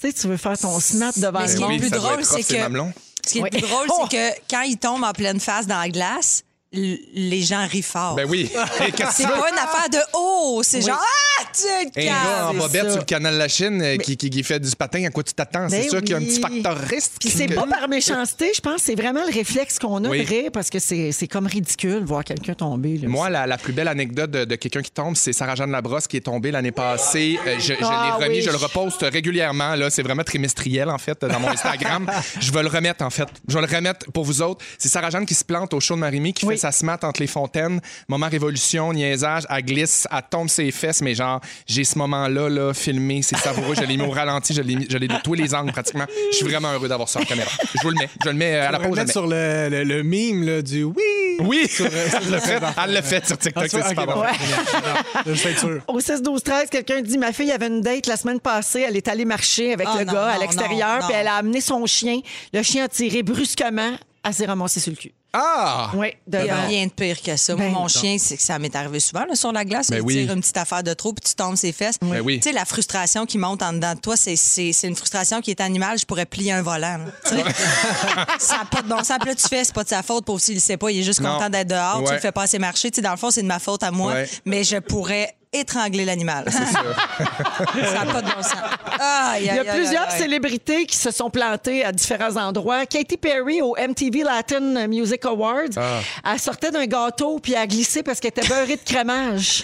S4: Tu sais, tu veux faire ton snap devant
S2: Mais
S4: le
S2: ce qui est
S4: monde.
S2: le
S3: oui,
S2: plus
S3: ça doit
S2: drôle,
S3: être rough,
S2: c'est
S3: ces mamelons.
S2: que. Ce qui est le plus
S4: Oui.
S2: drôle,
S4: Oh!
S2: c'est que quand il tombe en pleine face dans la glace, l- les gens rient fort.
S3: Ben oui. Et qu'est-ce que
S2: C'est
S3: tu veux?
S2: pas une affaire de oh, c'est genre Ah, tu te
S3: Un gars en
S2: calmes!
S3: bobette
S4: ça.
S3: sur le canal de la Chine euh, qui, qui, qui fait du patin, à quoi tu t'attends?
S4: Ben
S3: c'est sûr qu'il y a un
S4: oui.
S3: petit facteur risque.
S4: Puis c'est
S3: que-
S4: pas par méchanceté, je pense, c'est vraiment le réflexe qu'on a
S3: Oui.
S4: de rire, parce que c'est c'est comme ridicule voir quelqu'un tomber. là.
S3: Moi, la, la plus belle anecdote de, de quelqu'un qui tombe, c'est Sarah-Jeanne Labrosse qui est tombée l'année passée. Euh, je je
S4: Ah,
S3: l'ai remis,
S4: oui.
S3: je le reposte régulièrement. Là, c'est vraiment trimestriel en fait dans mon Instagram. je vais le remettre en fait. Je vais le remettre pour vous autres. C'est Sarah-Jeanne qui se plante au show de Marimé, qui
S4: Oui.
S3: fait sa smat entre les fontaines. Moment révolution, niaisage, elle glisse, elle tombe ses fesses, mais genre j'ai ce moment-là là, filmé, c'est savoureux. je l'ai mis au ralenti, je l'ai mis- je l'ai de tous les angles pratiquement. Je suis vraiment heureux d'avoir ça en caméra. Je vous le mets, je le mets euh, à la
S5: On va
S3: pause. je le
S5: mettre
S3: mets.
S5: sur le, le, le meme là, du oui. euh,
S3: Oui, elle le fait, elle le fait sur
S5: Ah,
S3: TikTok,
S5: tu
S3: c'est
S5: vois,
S3: super
S5: ok,
S3: bon.
S5: bon, génial. Je suis sûr.
S4: Au 6-12-13, quelqu'un dit Ma fille avait une date la semaine passée. Elle est allée marcher avec
S2: Ah,
S4: le
S2: non,
S4: gars à
S2: non,
S4: l'extérieur,
S2: non,
S4: puis
S2: non.
S4: elle a amené son chien. Le chien a tiré brusquement. Elle s'est ramassée sur le cul.
S3: Ah!
S4: Oui, de
S2: Il n'y a rien de pire que ça. Moi,
S4: Ben
S2: mon
S4: non.
S2: chien, c'est que ça m'est arrivé souvent là, sur la glace.
S3: Ben
S2: il
S3: oui.
S2: tire une petite affaire de trop, puis tu tombes ses fesses.
S3: Ben oui.
S2: Tu sais, la frustration qui monte en dedans de toi, c'est, c'est, c'est une frustration qui est animale. Je pourrais plier un volant. là. Tu sais? ça n'a pas de bon sens. Puis là, tu fais, c'est pas de sa faute. Pour s'il ne sait pas, il est juste
S3: Non.
S2: content d'être dehors. Tu
S3: Ouais.
S2: le fais passer marcher. Tu sais, dans le fond, c'est de ma faute à moi,
S3: Ouais.
S2: mais je pourrais étrangler l'animal. ça n'a pas de bon sens. Aïe,
S4: Il y
S2: aïe,
S4: a
S2: aïe,
S4: plusieurs
S2: aïe.
S4: célébrités qui se sont plantées à différents endroits. Katy Perry au MTV Latin Music Awards,
S3: Ah.
S4: elle sortait d'un gâteau puis elle a glissé parce qu'elle était beurrée de crémage.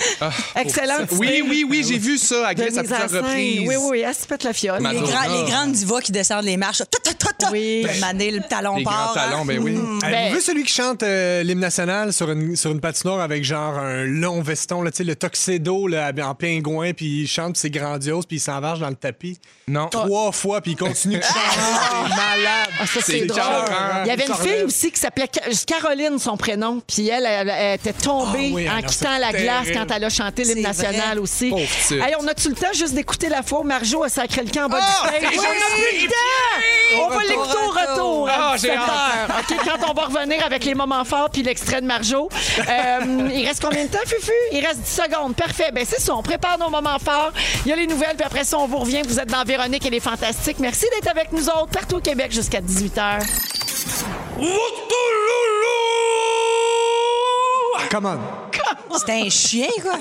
S4: Excellente.
S3: Ah, oh, Oui,
S4: idée
S3: oui, oui, j'ai vu ça à
S4: de
S3: Grèce à
S4: mise en
S3: plusieurs
S4: scène.
S3: reprises.
S4: Oui, oui, elle se pète la fiole.
S2: Les,
S3: Madonna.
S2: grands- les grandes divas qui descendent les marches. Ta, ta, ta, ta.
S4: Oui.
S2: Puis maner le talon
S3: Les
S2: part. hein.
S3: grands talons, ben oui.
S5: Avez-vous Euh, vu celui qui chante euh, l'hymne national sur une, sur une patinoire avec genre un long veston, là, tu sais, le tuxedo là, en pingouin, puis il chante, puis c'est grandiose, puis il s'envarge dans le tapis?
S3: Non.
S5: Trois fois, puis il continue de chanter. c'est malade.
S3: c'est drôle.
S4: Il y avait une fille aussi qui s'appelait Ca- euh, Caroline, son prénom, puis elle, elle, elle était tombée
S5: Ah oui,
S4: en
S5: alors
S4: quittant
S5: c'est
S4: la glace
S5: terrible.
S4: quand elle a chanté l'hymne
S2: C'est
S4: national
S2: vrai.
S4: aussi.
S3: Pauvre petite.
S4: Hey, on a-tu le temps juste d'écouter la fois où Marjo a sacré le camp en bas
S3: Ah,
S4: du stage?
S3: c'est
S4: On a
S3: juste
S4: plus le temps!
S2: Au
S4: On va
S2: retour,
S4: l'écouter au retour.
S2: retour.
S4: à
S3: Ah, j'ai
S4: 17
S3: hâte.
S4: heures. OK, quand on va revenir avec les moments forts puis l'extrait de Marjo. Euh, il reste combien de temps, Fufu? Il reste 10 secondes. Parfait. Ben c'est ça, on prépare nos moments forts. Il y a les nouvelles, puis après ça, on vous revient. Vous êtes dans Véronique et les Fantastiques. Merci d'être avec nous autres partout au Québec jusqu'à 18 h.
S6: Outoulou!
S5: Come on. Ah,
S2: C'était un chien, quoi.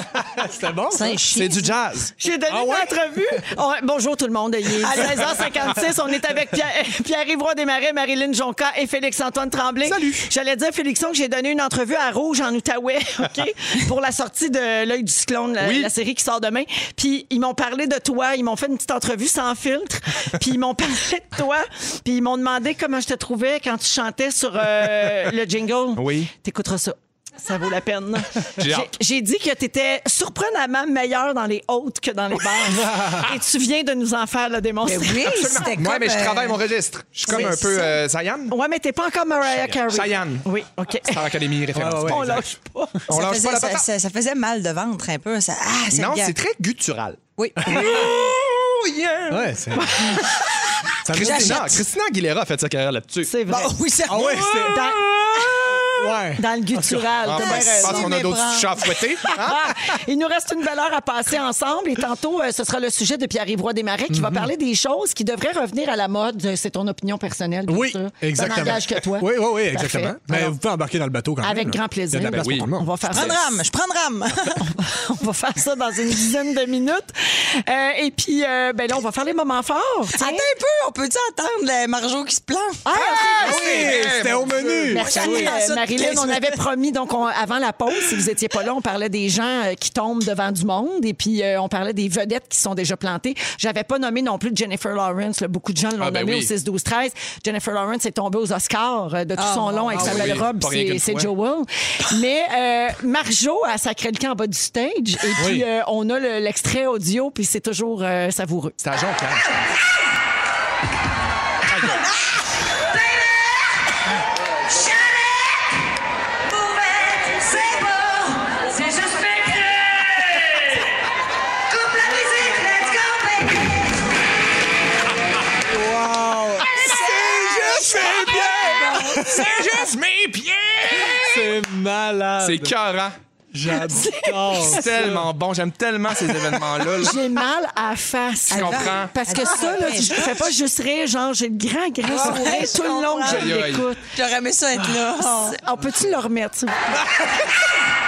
S5: C'était bon?
S2: C'est un chien.
S3: C'est du jazz.
S4: J'ai donné
S5: Ah ouais?
S4: une entrevue. Oh, ouais, bonjour tout le monde. Il est 16h56. On est avec Pierre- Pierre-Yvroy Desmarais, Marilyn Jonca et Félix-Antoine Tremblay.
S3: Salut.
S4: J'allais dire, Félixon, que j'ai donné une entrevue à Rouge en Outaouais, OK, pour la sortie de L'œil du cyclone, la,
S3: Oui.
S4: la série qui sort demain. Puis ils m'ont parlé de toi. Ils m'ont fait une petite entrevue sans filtre. Puis ils m'ont parlé de toi. Puis ils m'ont demandé comment je te trouvais quand tu chantais sur euh, le jingle.
S3: Oui.
S4: T'écouteras ça. Ça vaut la peine.
S3: J'ai
S4: J'ai-
S3: hâte.
S4: J'ai dit que tu étais surprenamment meilleur dans les hautes que dans les bars. Et tu viens de nous en faire la
S2: Mais
S4: démonstration.
S2: Ben
S5: Ben
S2: oui, c'était comme...
S3: Moi, mais je
S2: euh,
S3: travaille mon registre. Je suis comme
S4: c'est
S3: un peu
S4: ça.
S3: euh, Zayan.
S4: Ouais, mais t'es pas encore Mariah Carey.
S3: Cheyenne.
S4: Oui, OK.
S3: Star Academy référence.
S5: Ah, Ouais, ouais,
S4: On lâche pas.
S3: On
S2: Ça
S3: lâche
S2: faisait,
S3: pas la
S2: ça,
S3: patate.
S2: ça- ça faisait mal de ventre un peu. Ça, ah, ça
S3: Non,
S2: gâte.
S3: c'est très guttural.
S2: Oui.
S3: Oh yeah!
S5: Ouais, c'est. Ah Ça me
S2: J'achète.
S3: Christina, Christina Aguilera a fait sa carrière là-dessus.
S4: C'est vrai.
S2: Bon, oui, ça...
S5: Ah ouais, c'était.
S4: Dans,
S5: Ouais.
S4: dans le guttural.
S3: Enfin,
S4: t'as bien
S3: Ah, ben, je
S4: raison.
S3: pense qu'on a d'autres chats à fouetter. hein?
S4: Ah, il nous reste une belle heure à passer ensemble et tantôt, euh, ce sera le sujet de Pierre-Yves Roy Desmarais qui
S5: Mhm.
S4: va parler des choses qui devraient revenir à la mode. Euh, C'est ton opinion personnelle, bien
S5: Oui,
S4: sûr.
S5: exactement.
S4: Ça n'engage que toi.
S5: Oui, oui, oui,
S4: Parfait.
S5: exactement. Mais
S4: Alors,
S5: vous pouvez embarquer dans le bateau quand même.
S4: avec
S5: là.
S4: grand plaisir.
S5: Il y a de la place
S3: Ben oui.
S5: pour tout le monde.
S4: On va faire
S2: Je prends
S4: ça.
S2: de rame, je prends de rame.
S4: On va faire ça dans une dizaine de minutes. Euh, et puis, euh, ben là, on va faire les moments forts. tiens.
S2: Attends un peu, on peut-tu entendre le Marjo qui se plante?
S4: Ah,
S5: Ah oui, c'était au menu.
S4: Merci,
S2: Moi, j'attends
S4: euh,
S2: ça
S4: Marilyn.
S2: depuis
S4: On avait promis, donc, on- avant la pause, si vous étiez pas là, on parlait des gens euh, qui tombent devant du monde et puis euh, on parlait des vedettes qui sont déjà plantées. J'avais pas nommé non plus Jennifer Lawrence. là. beaucoup de gens l'ont
S3: Ah, ben
S4: nommée
S3: oui.
S4: au 6, 12, 13. Jennifer Lawrence est tombée aux Oscars euh, de tout
S2: Ah,
S4: son long
S2: ah,
S4: avec sa
S3: oui,
S4: belle
S3: oui.
S4: robe.
S3: Pas rien
S4: C'est
S3: qu'une
S4: c'est
S3: fois.
S4: Joel. Mais euh, Marjo a sacré le camp en bas du stage et puis euh, on a le- l'extrait audio puis c'est toujours euh, savoureux.
S3: C'est à Jonquière.
S2: Ah,
S3: C'est juste mes pieds!
S5: C'est malade.
S3: C'est cœurant.
S5: J'adore.
S3: C'est tellement bon. J'aime tellement ces événements-là. là.
S4: J'ai mal à la face.
S3: Je comprends.
S4: Parce que
S2: Attends,
S4: ça, là,
S2: ben,
S4: je fais pas juste rire, genre, j'ai le grand, grand sourire
S2: ouais,
S4: tout le long que je
S3: Aïe, aïe.
S4: l'écoute.
S2: J'aurais aimé ça être là.
S3: Ah,
S2: Oh.
S4: On peut-tu le remettre, s'il vous plaît?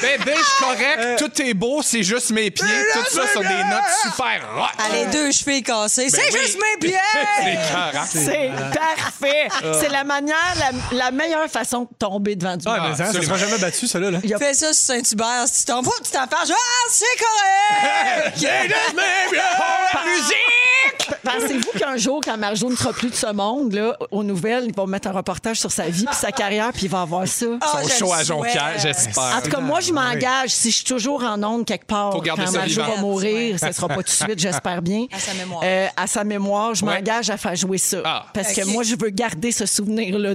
S3: Bébé, je suis correct. Tout est beau. C'est juste mes pieds. Tout ça sont des notes super
S2: Ah,
S3: rock.
S2: les deux chevilles cassées. c'est
S3: Ben oui.
S2: juste mes pieds!
S3: C'est cœurant.
S4: C'est parfait. C'est la manière, la, la meilleure façon de tomber devant du
S5: Ah,
S4: monde.
S5: mais ça, ça
S3: absolument.
S5: sera jamais battu, ça, là. là.
S2: Fais ça sur Saint-Hubert. Si tu t'en fous, tu t'en fais. Ah, c'est correct!
S3: C'est juste mes pieds! Oh, la musique!
S4: Pensez-vous qu'un jour, quand Marjo ne sera plus de ce monde, là, aux nouvelles, ils vont mettre un reportage sur sa vie puis sa carrière, puis il va avoir ça?
S2: Ah,
S3: Au
S2: je
S3: show
S2: le
S3: à Jonquière,
S2: souhaite.
S4: En
S3: j'espère.
S4: tout cas, moi, je m'engage. Si je suis toujours en onde quelque part,
S3: Faut garder
S4: quand
S3: ça
S4: Marjo
S3: vivant.
S4: va mourir, ça sera pas tout de suite, j'espère bien.
S2: À sa mémoire.
S4: Euh, à sa mémoire, je
S3: Ouais.
S4: m'engage à faire jouer ça.
S3: Ah.
S4: Parce
S2: Ok.
S4: que moi, je veux garder ce souvenir-là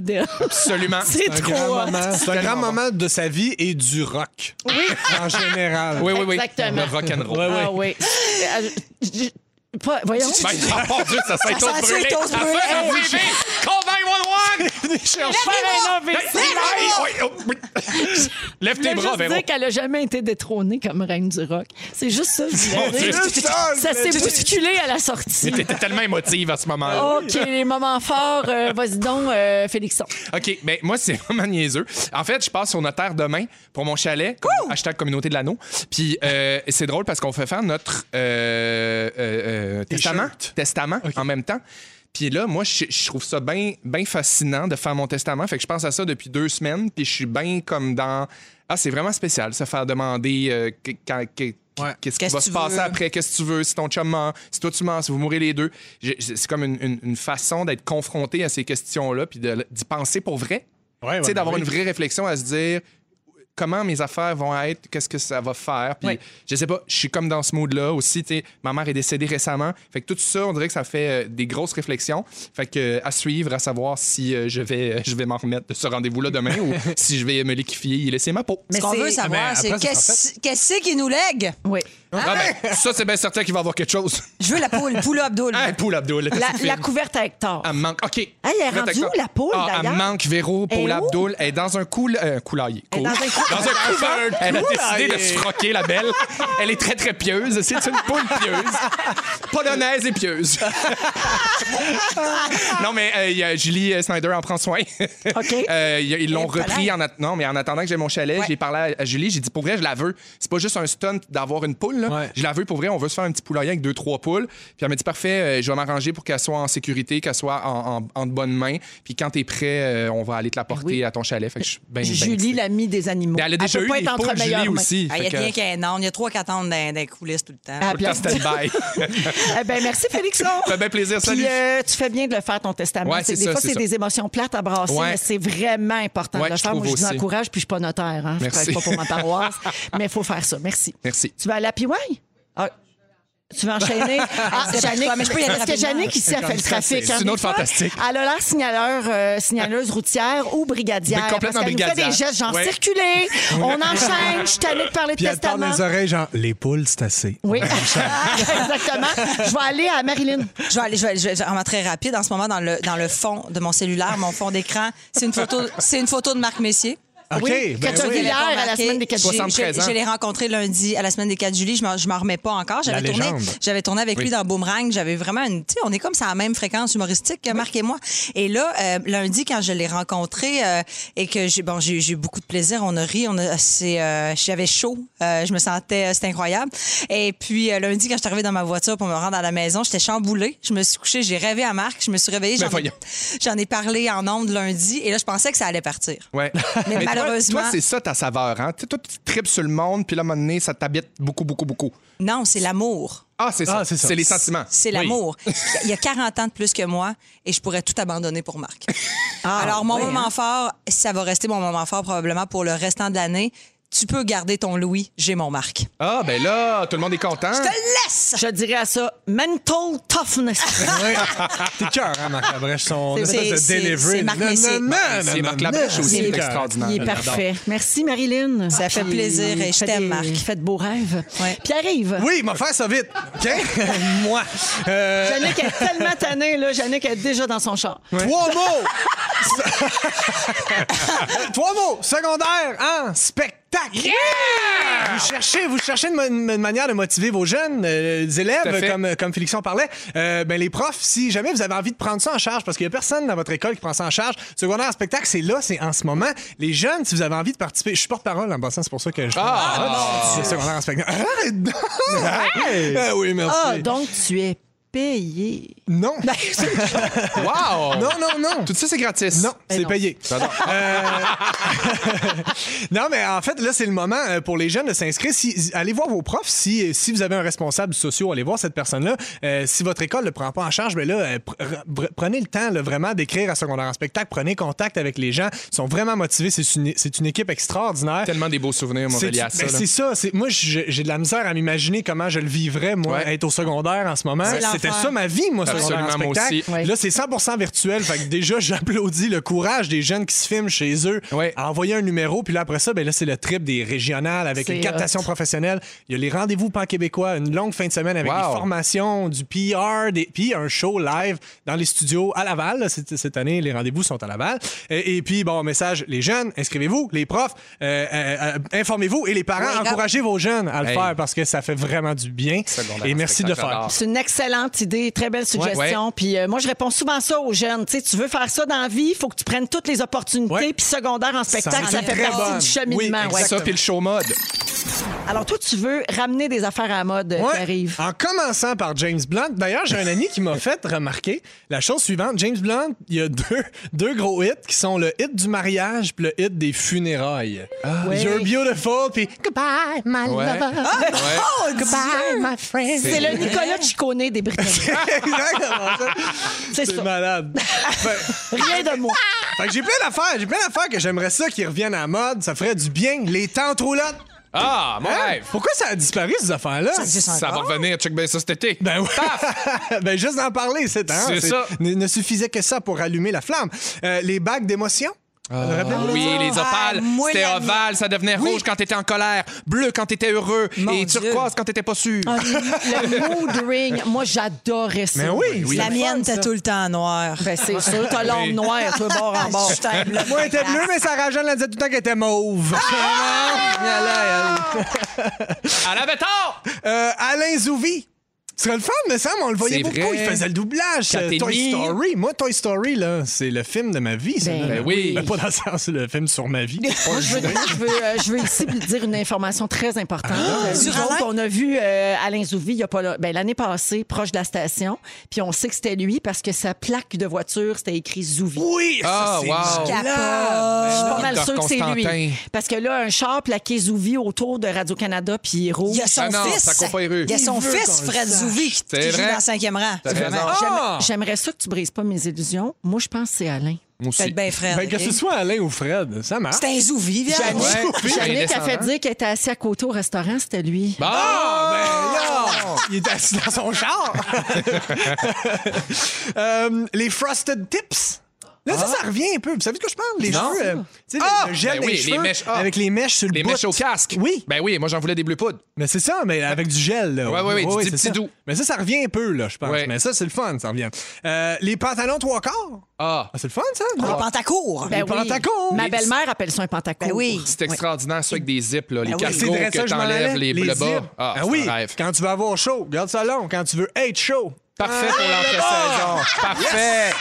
S4: d'elle.
S3: Absolument.
S4: C'est
S5: Un
S4: trop
S5: grand
S4: hot.
S5: moment. C'est un grand
S3: tellement bon.
S5: moment de sa vie et du rock. Oui. En général.
S3: Oui, oui, oui.
S4: Exactement.
S3: Le rock'n'roll.
S5: Ouais,
S4: Ah oui. Euh, je- je- pas- voyons.
S3: Ben, oh mon Dieu, ça s'est
S2: Ça
S3: tout
S2: s'est
S3: brûlé.
S2: tout
S3: Ça
S2: brûlé.
S3: fait un bébé. Call 911.
S4: Faire un AVC.
S3: Hey, oui, oui, oui. Lève
S4: Je
S3: tes
S4: voulais
S3: bras,
S4: juste
S3: Véro.
S4: dire qu'elle a jamais été détrônée comme reine du rock. C'est juste ça. que je voulais
S3: Mon Dieu.
S4: dire. Ça s'est bousculé à la
S3: Mais
S4: sortie.
S3: T'étais tellement émotive à ce moment-là.
S4: OK, les moments forts. euh, Vas-y donc, euh, Félixon.
S3: OK, mais moi, c'est vraiment niaiseux. En fait, je passe au notaire demain pour mon chalet, comme- hashtag communauté de l'anneau. Puis euh, c'est drôle parce qu'on fait faire notre euh, euh, euh, testament, testament en même temps. Puis là, moi, je, je trouve ça bien bien fascinant de faire mon testament. Fait que je pense à ça depuis deux semaines. Puis je suis bien comme dans... Ah, c'est vraiment spécial, se faire demander euh, qu- quand- qu-
S5: Ouais.
S3: qu'est-ce qui
S2: Qu'est-ce
S3: va
S2: que
S3: se
S2: tu
S3: passer
S2: veux?
S3: après après, qu'est-ce que tu veux, si ton chum meurt, si toi tu meurs, si vous mourrez les deux. J'ai- j'ai- C'est comme une, une- une façon d'être confronté à ces questions-là, puis de- d'y penser pour vrai.
S5: Ouais, ouais,
S3: tu sais, d'avoir
S5: oui.
S3: une vraie réflexion à se dire comment mes affaires vont être, qu'est-ce que ça va faire. Puis je sais pas, je suis comme dans ce mood-là aussi. tu sais, ma mère est décédée récemment. Fait que tout ça, on dirait que ça fait euh, des grosses réflexions. Fait que euh, à suivre, à savoir si euh, je vais, euh, je vais m'en remettre de ce rendez-vous-là demain ou si je vais me liquifier et laisser ma peau.
S2: Ce qu'on veut
S5: Ah,
S2: savoir,
S5: ben,
S2: c'est
S5: après,
S2: qu'est-ce
S5: c'est
S2: qu'est-ce qu'il nous lègue?
S4: Oui.
S3: Ah ben, ça, c'est bien certain qu'il va y avoir quelque chose.
S2: Je veux la poule, poule Abdul.
S3: Hein, Poule Abdul. t'as cette
S4: La,
S3: fille.
S4: la couverte à Hector.
S3: Elle me manque. OK.
S4: elle est
S3: Je vais
S4: rendue
S3: t'accorder.
S4: où, la poule,
S3: Ah, Elle me
S4: d'ailleurs?
S3: manque, Véro,
S4: Elle est
S3: Paul
S4: où?
S3: Abdul. Elle est dans un coul, euh, coulailler. Cool.
S4: dans un cou-
S3: Dans un couvent. Elle a décidé de se froquer, la belle. Elle est très, très pieuse. C'est une poule pieuse. Polonaise et pieuse. non, mais euh, il y a Julie euh, Snyder en prend soin.
S4: OK.
S3: Euh, il y a- ils l'ont
S2: Et
S3: repris.
S2: voilà.
S3: En at- non, mais en attendant que j'ai mon chalet,
S2: Ouais.
S3: j'ai parlé à, à Julie. J'ai dit, pour vrai, je la veux. C'est pas juste un stunt d'avoir une poule. là.
S5: Ouais.
S3: Je la veux pour vrai. On veut se faire un petit poulailler avec deux, trois poules. Puis elle m'a dit, parfait, euh, je vais m'arranger pour qu'elle soit en sécurité, qu'elle soit en, en- en de bonnes mains. Puis quand t'es prêt, euh, on va aller te la porter à ton chalet. Fait que je suis bien.
S4: Julie, l'amie des animaux.
S3: Mais ben, elle a déjà
S4: peut
S3: eu
S4: pas
S3: des
S4: être entre
S3: poules,
S4: meilleures
S3: Julie
S4: mains.
S3: aussi.
S2: Ah, Il y a
S3: Fait que-
S2: bien qu'un an. Il y a trois qui attendent dans, dans les coulisses tout le temps.
S4: Ah,
S3: Tout le temps stand-by.
S4: Eh ben, merci, Félixon.
S3: Ça fait bien plaisir.
S4: Puis,
S3: Salut.
S4: euh, tu fais bien de le faire, ton testament.
S3: Ouais,
S4: C'est-
S3: c'est
S4: des
S3: ça,
S4: fois,
S3: c'est
S4: c'est
S3: ça.
S4: des émotions plates à brasser,
S3: Ouais.
S4: mais c'est vraiment important
S3: Ouais,
S4: de le
S3: je
S4: faire. Moi,
S3: trouve
S4: je vous
S3: aussi.
S4: encourage, puis je suis pas notaire. Hein. Je
S3: Merci.
S4: travaille pas pour ma paroisse, mais il faut faire ça. Merci.
S3: Merci.
S4: Tu vas aller à PY? Ah, tu vas enchaîner? Ah,
S2: C'est
S4: Yannick,
S2: toi, mais je peux y aller
S4: parce que
S2: rapidement.
S4: Yannick, ici, a fait le trafic.
S3: c'est
S4: hein.
S3: une autre
S4: Des fois,
S3: fantastique.
S4: Elle a l'air signaleur, euh, signaleuse routière ou brigadière.
S3: Mais complètement
S4: parce qu'elle nous fait des
S3: brigadière.
S4: gestes genre
S3: Ouais.
S4: circuler, on enchaîne, je suis tannée de parler
S5: Puis
S4: de
S5: elle te parle
S4: testament.
S5: dans les oreilles, genre, les poules, c'est assez.
S4: Oui, exactement. Je vais aller à Marilyn.
S2: Je vais aller, je vais, je vais- vraiment très rapide en ce moment dans le, dans le fond de mon cellulaire, mon fond d'écran. C'est une photo, c'est une photo de Marc Messier.
S5: OK,
S4: Oui,
S5: ben
S4: que tu as
S5: oui.
S4: vu
S2: J'avais
S4: hier
S2: pas
S4: à la
S2: remarqué.
S4: semaine des quatre
S2: J'ai-
S3: 73
S2: je-
S3: ans.
S2: Je l'ai rencontré lundi à la semaine des 4 juillet. Je m'en- je m'en remets pas encore. J'avais
S5: La
S2: tourné,
S5: légende.
S2: j'avais tourné avec lui dans Boomerang. J'avais vraiment une. Tu sais, on est comme ça à la même fréquence humoristique que Marc et moi. Et là, euh, lundi, quand je l'ai rencontré euh, et que j'ai bon, j'ai j'ai eu beaucoup de plaisir, on a ri. On a, c'est, euh, j'avais chaud. Euh, je me sentais. C'était incroyable. Et puis, euh, lundi, quand je suis arrivée dans ma voiture pour me rendre à la maison, j'étais chamboulée. Je me suis couchée. J'ai rêvé à Marc. Je me suis réveillée.
S3: Ben
S2: J'en ai,
S3: voyons.
S2: j'en ai parlé en ondes lundi. Et là, je pensais que ça allait partir.
S3: Ouais.
S2: Mais
S3: toi-
S2: malheureusement-
S3: Toi, c'est ça ta saveur. Hein? Tu- Toi, tu tripes sur le monde, puis là, à un moment donné, ça t'habite beaucoup, beaucoup, beaucoup.
S2: Non, c'est l'amour.
S3: Ah, c'est ça.
S5: Ah, c'est ça.
S3: c'est les sentiments.
S2: C'est l'amour. Il y a 40 ans de plus que moi et je pourrais tout abandonner pour Marc.
S5: Ah,
S2: Alors, mon moment
S5: hein?
S2: fort, ça va rester mon moment fort probablement pour le restant de l'année. Tu peux garder ton Louis, j'ai mon Marc.
S3: Ah, ben là, tout le monde est content.
S2: Je te laisse!
S4: Je dirais à ça mental toughness.
S5: Ouais. T'es cœur, hein, Marc Labrèche, son
S2: C'est-
S5: espèce de
S2: c'est-
S5: delivery.
S2: c'est Marc
S5: Non, non,
S2: Messier.
S5: non, non,
S3: C'est
S5: non,
S3: Marc
S5: non,
S3: Labrèche
S5: non,
S3: aussi,
S5: c'est
S3: il est
S5: cœur.
S3: extraordinaire.
S4: Il est
S3: J'adore.
S4: parfait. Merci, Marilyn.
S2: Ça fait
S4: Puis,
S2: plaisir et je
S4: faites
S2: t'aime,
S4: des-
S2: Marc.
S4: Faites beaux rêves.
S2: Ouais.
S4: Pierre-Yves.
S5: Oui, m'a faire ça vite. OK? Moi. Euh,
S4: Yannick est tellement tannée, là. Yannick est déjà dans son char.
S5: Trois mots! Trois mots! Secondaire en spectacle! Vous cherchez, vous cherchez une, une- une manière de motiver vos jeunes, euh, les
S3: Tout à
S5: élèves,
S3: fait.
S5: comme, comme Félix en parlait. Euh, ben, les profs, si jamais vous avez envie de prendre ça en charge, parce qu'il n'y a personne dans votre école qui prend ça en charge, secondaire en spectacle, c'est là, c'est en ce moment. Les jeunes, si vous avez envie de participer, je suis porte-parole en passant, c'est pour ça que je.
S3: Ah,
S5: Le secondaire en spectacle. Arrête donc! Ah oui, Ben, merci.
S4: Ah, donc tu es payé.
S5: Non!
S3: Wow!
S5: Non, non, non!
S3: Ah Tout ça, c'est gratis.
S5: Non,
S4: Ben
S5: c'est
S4: non.
S5: payé. Euh, non, mais en fait, là, c'est le moment euh, pour les jeunes de s'inscrire. Si, allez voir vos profs. Si, euh, si vous avez un responsable social, allez voir cette personne-là. Euh, si votre école ne le prend pas en charge, mais là, euh, pre- pre- prenez le temps là, vraiment d'écrire à secondaire en spectacle. Prenez contact avec les gens. Ils sont vraiment motivés. C'est une, c'est une équipe extraordinaire.
S3: Tellement des beaux souvenirs, mon
S5: C'est
S3: relié à ça.
S5: ben,
S3: là.
S5: c'est ça. c'est- Moi, j'ai j'ai de la misère à m'imaginer comment je le vivrais, moi,
S3: Ouais.
S5: être au secondaire en ce moment.
S2: C'est
S5: C'était
S2: l'enfer.
S5: ça ma vie, moi, secondaire en
S3: Absolument, moi
S5: spectacle.
S3: aussi.
S4: Ouais.
S5: Là, c'est 100 virtuel. Fait que déjà, j'applaudis le courage des jeunes qui se filment chez eux
S3: Ouais.
S5: à envoyer un numéro. Puis là, après ça, ben là, c'est le trip des régionales avec
S4: C'est
S5: une captation
S4: hot.
S5: professionnelle. Il y a les rendez-vous pan-québécois, une longue fin de semaine avec
S3: Wow.
S5: des formations, du PR, des... puis un show live dans les studios à Laval. là. Cette, cette année, les rendez-vous sont à Laval. Et, et puis, bon, message, les jeunes, inscrivez-vous, les profs, euh, euh, euh, informez-vous et les parents,
S2: Wake up.
S5: encouragez vos jeunes à le
S3: Hey.
S5: faire parce que ça fait vraiment du bien.
S3: Secondaire
S5: Et
S3: en
S5: merci de le
S3: spectacle,
S5: faire.
S3: j'adore.
S4: C'est une excellente idée, très belle suggestion.
S3: Ouais, ouais.
S4: Puis euh, moi, je réponds souvent ça aux jeunes. Tu sais, tu veux faire ça dans la vie, il faut que tu prennes toutes les opportunités.
S5: Ouais.
S4: Puis secondaire en spectacle,
S5: Ça
S4: ça
S5: en est
S4: fait
S5: très
S4: partie
S5: bonne.
S4: du cheminement.
S5: Oui,
S4: ouais.
S3: Ça, puis le show mode.
S4: Alors toi, tu veux ramener des affaires à la mode euh,
S5: Ouais, Ah,
S4: qui arrivent.
S5: En commençant par James Blunt. D'ailleurs, j'ai un ami qui m'a fait remarquer la chose suivante. James Blunt, il y a deux, deux gros hits qui sont le hit du mariage puis le hit des funérailles.
S4: Ouais.
S5: You're beautiful puis Goodbye, my
S3: Ouais.
S5: lover.
S2: Oh,
S3: Ouais.
S5: Oh, Goodbye, my friend.
S4: C'est le Nicolas Ciccone des Britanniques.
S5: Exactement ça.
S4: C'est
S5: C'est
S4: ça.
S5: malade. Fait-
S4: Rien de moi.
S5: fait que j'ai plein d'affaires, j'ai plein d'affaires que j'aimerais ça qu'ils reviennent à la mode. Ça ferait du bien. Les tentes roulantes.
S3: Ah, mon
S5: Hein?
S3: rêve!
S5: Pourquoi ça a disparu, ces affaires-là?
S3: Ça va revenir, check bien ça cet été.
S5: Ben oui. ben juste d'en parler, c'est hein,
S3: C'est
S5: c'est-
S3: ça.
S5: Ne, ne suffisait que ça pour allumer la flamme. Euh, les bagues d'émotion.
S3: oui, les opales,
S2: Ah, moi,
S3: c'était
S2: la-
S3: ovale, ça devenait rouge quand t'étais en colère, bleu quand t'étais heureux
S2: Mon
S3: et
S2: Dieu.
S3: turquoise quand t'étais pas sûr.
S4: Ah, le mood ring, moi j'adorais ça.
S5: Mais oui,
S3: Oui.
S5: c'est-
S2: La
S4: c'est
S2: mienne,
S4: fun,
S2: t'as
S4: ça.
S2: tout le temps noir.
S4: Ben, c'est sûr, t'as l'ombre noire, toi, bord en bord.
S5: Moi, elle était bleue, mais Sarah Jeanne la disait tout le temps qu'elle était mauve. Ah!
S3: À la tort!
S5: Euh, Alain Zouvi. Ce serait le fun, mais Sam, on le voyait
S3: C'est
S5: beaucoup.
S3: vrai.
S5: Il faisait le doublage.
S3: Quatre
S5: Euh,
S3: et
S5: Toy
S3: demi.
S5: Story. Moi, Toy Story, là, c'est le film de ma vie. ça,
S4: Ben
S5: là.
S3: oui.
S5: Mais pas dans le sens, le film sur ma vie.
S4: Moi, je veux, je, veux, euh, je veux ici dire une information très importante. Euh,
S2: Ah!
S4: nous
S2: sur
S4: autres,
S2: Alain?
S4: on a vu euh, Alain Zouvi il y a pas, lo- ben, l'année passée, proche de la station, puis on sait que c'était lui parce que sa plaque de voiture, c'était écrit Zouvi.
S5: Oui, ça,
S3: Ah,
S5: c'est
S3: wow.
S2: Capable.
S5: malade. ben,
S4: Je suis pas mal
S3: Docteur
S4: sûr que c'est
S3: Constantin.
S4: lui. Parce que là, un char plaqué Zouvi autour de Radio-Canada, puis il est rouge.
S2: Il y a son
S3: Ah non,
S2: fils.
S3: ça compare eux.
S2: Il y a son
S5: Il veut
S2: fils,
S5: qu'on le
S2: Fred
S5: sache.
S2: Zouvi, qui,
S3: C'est
S2: qui joue
S3: vrai.
S2: dans le cinquième rang.
S3: T'as
S2: Vraiment,
S3: raison.
S2: j'aime-
S3: Ah!
S4: J'aimerais ça que tu brises pas mes illusions. Moi, je pense que c'est Alain.
S3: Moi
S2: Peut-être
S3: aussi.
S2: bien Fred.
S5: Ben, que
S2: ok?
S5: ce soit Alain ou Fred, ça marche.
S2: C'est un Zouvi, viens.
S3: Ouais, j'ai un
S4: Yannick a
S3: Ah, descendant. Bah,
S4: fait dire qu'elle était assise à côté au restaurant, c'était lui.
S3: Ah, ben non!
S5: Il est assis dans son char. Euh, les Frosted Tips. Là, ça, ça revient un peu. Vous savez de quoi je parle? Les
S3: Ah. Non.
S5: cheveux. euh, tu sais, le-
S3: Ah!
S5: le gel
S3: Ben
S5: des
S3: oui, les
S5: cheveux
S3: mèches, ah.
S5: avec les mèches sur le
S3: Les
S5: bout.
S3: mèches au casque.
S5: Oui.
S3: Ben oui, moi j'en voulais des bleus poudres.
S5: Mais c'est ça, mais avec du gel. Là.
S3: Ouais, ouais, ouais, du petit-
S5: c'est
S3: petit
S5: ça.
S3: doux.
S5: Mais ça, ça revient un peu, là, je pense.
S3: Ouais.
S5: Mais ça, c'est le fun, ça revient. Euh, les pantalons trois quarts.
S3: Ah,
S5: Ah, c'est le fun, ça?
S2: Les
S5: non?
S2: pantacours.
S4: Ben
S5: Les
S4: oui.
S5: pantacours.
S4: Ma
S5: Les-
S4: belle-mère appelle ça un pantacourt.
S2: Ben oui.
S3: c'est extraordinaire, ça avec des zips, là, les
S2: Ben oui.
S3: casques
S5: Ah, C'est vrai, ça,
S3: que
S5: je m'en allais.
S3: t'enlèves, les,
S5: Les
S3: le bas.
S5: zips.
S3: Ah,
S5: Ah
S3: c'est
S5: oui.
S3: un rêve.
S5: Quand tu veux avoir chaud, garde ça long. Quand tu veux être chaud.
S3: Parfait pour Ah, l'entrée-saison. Parfait.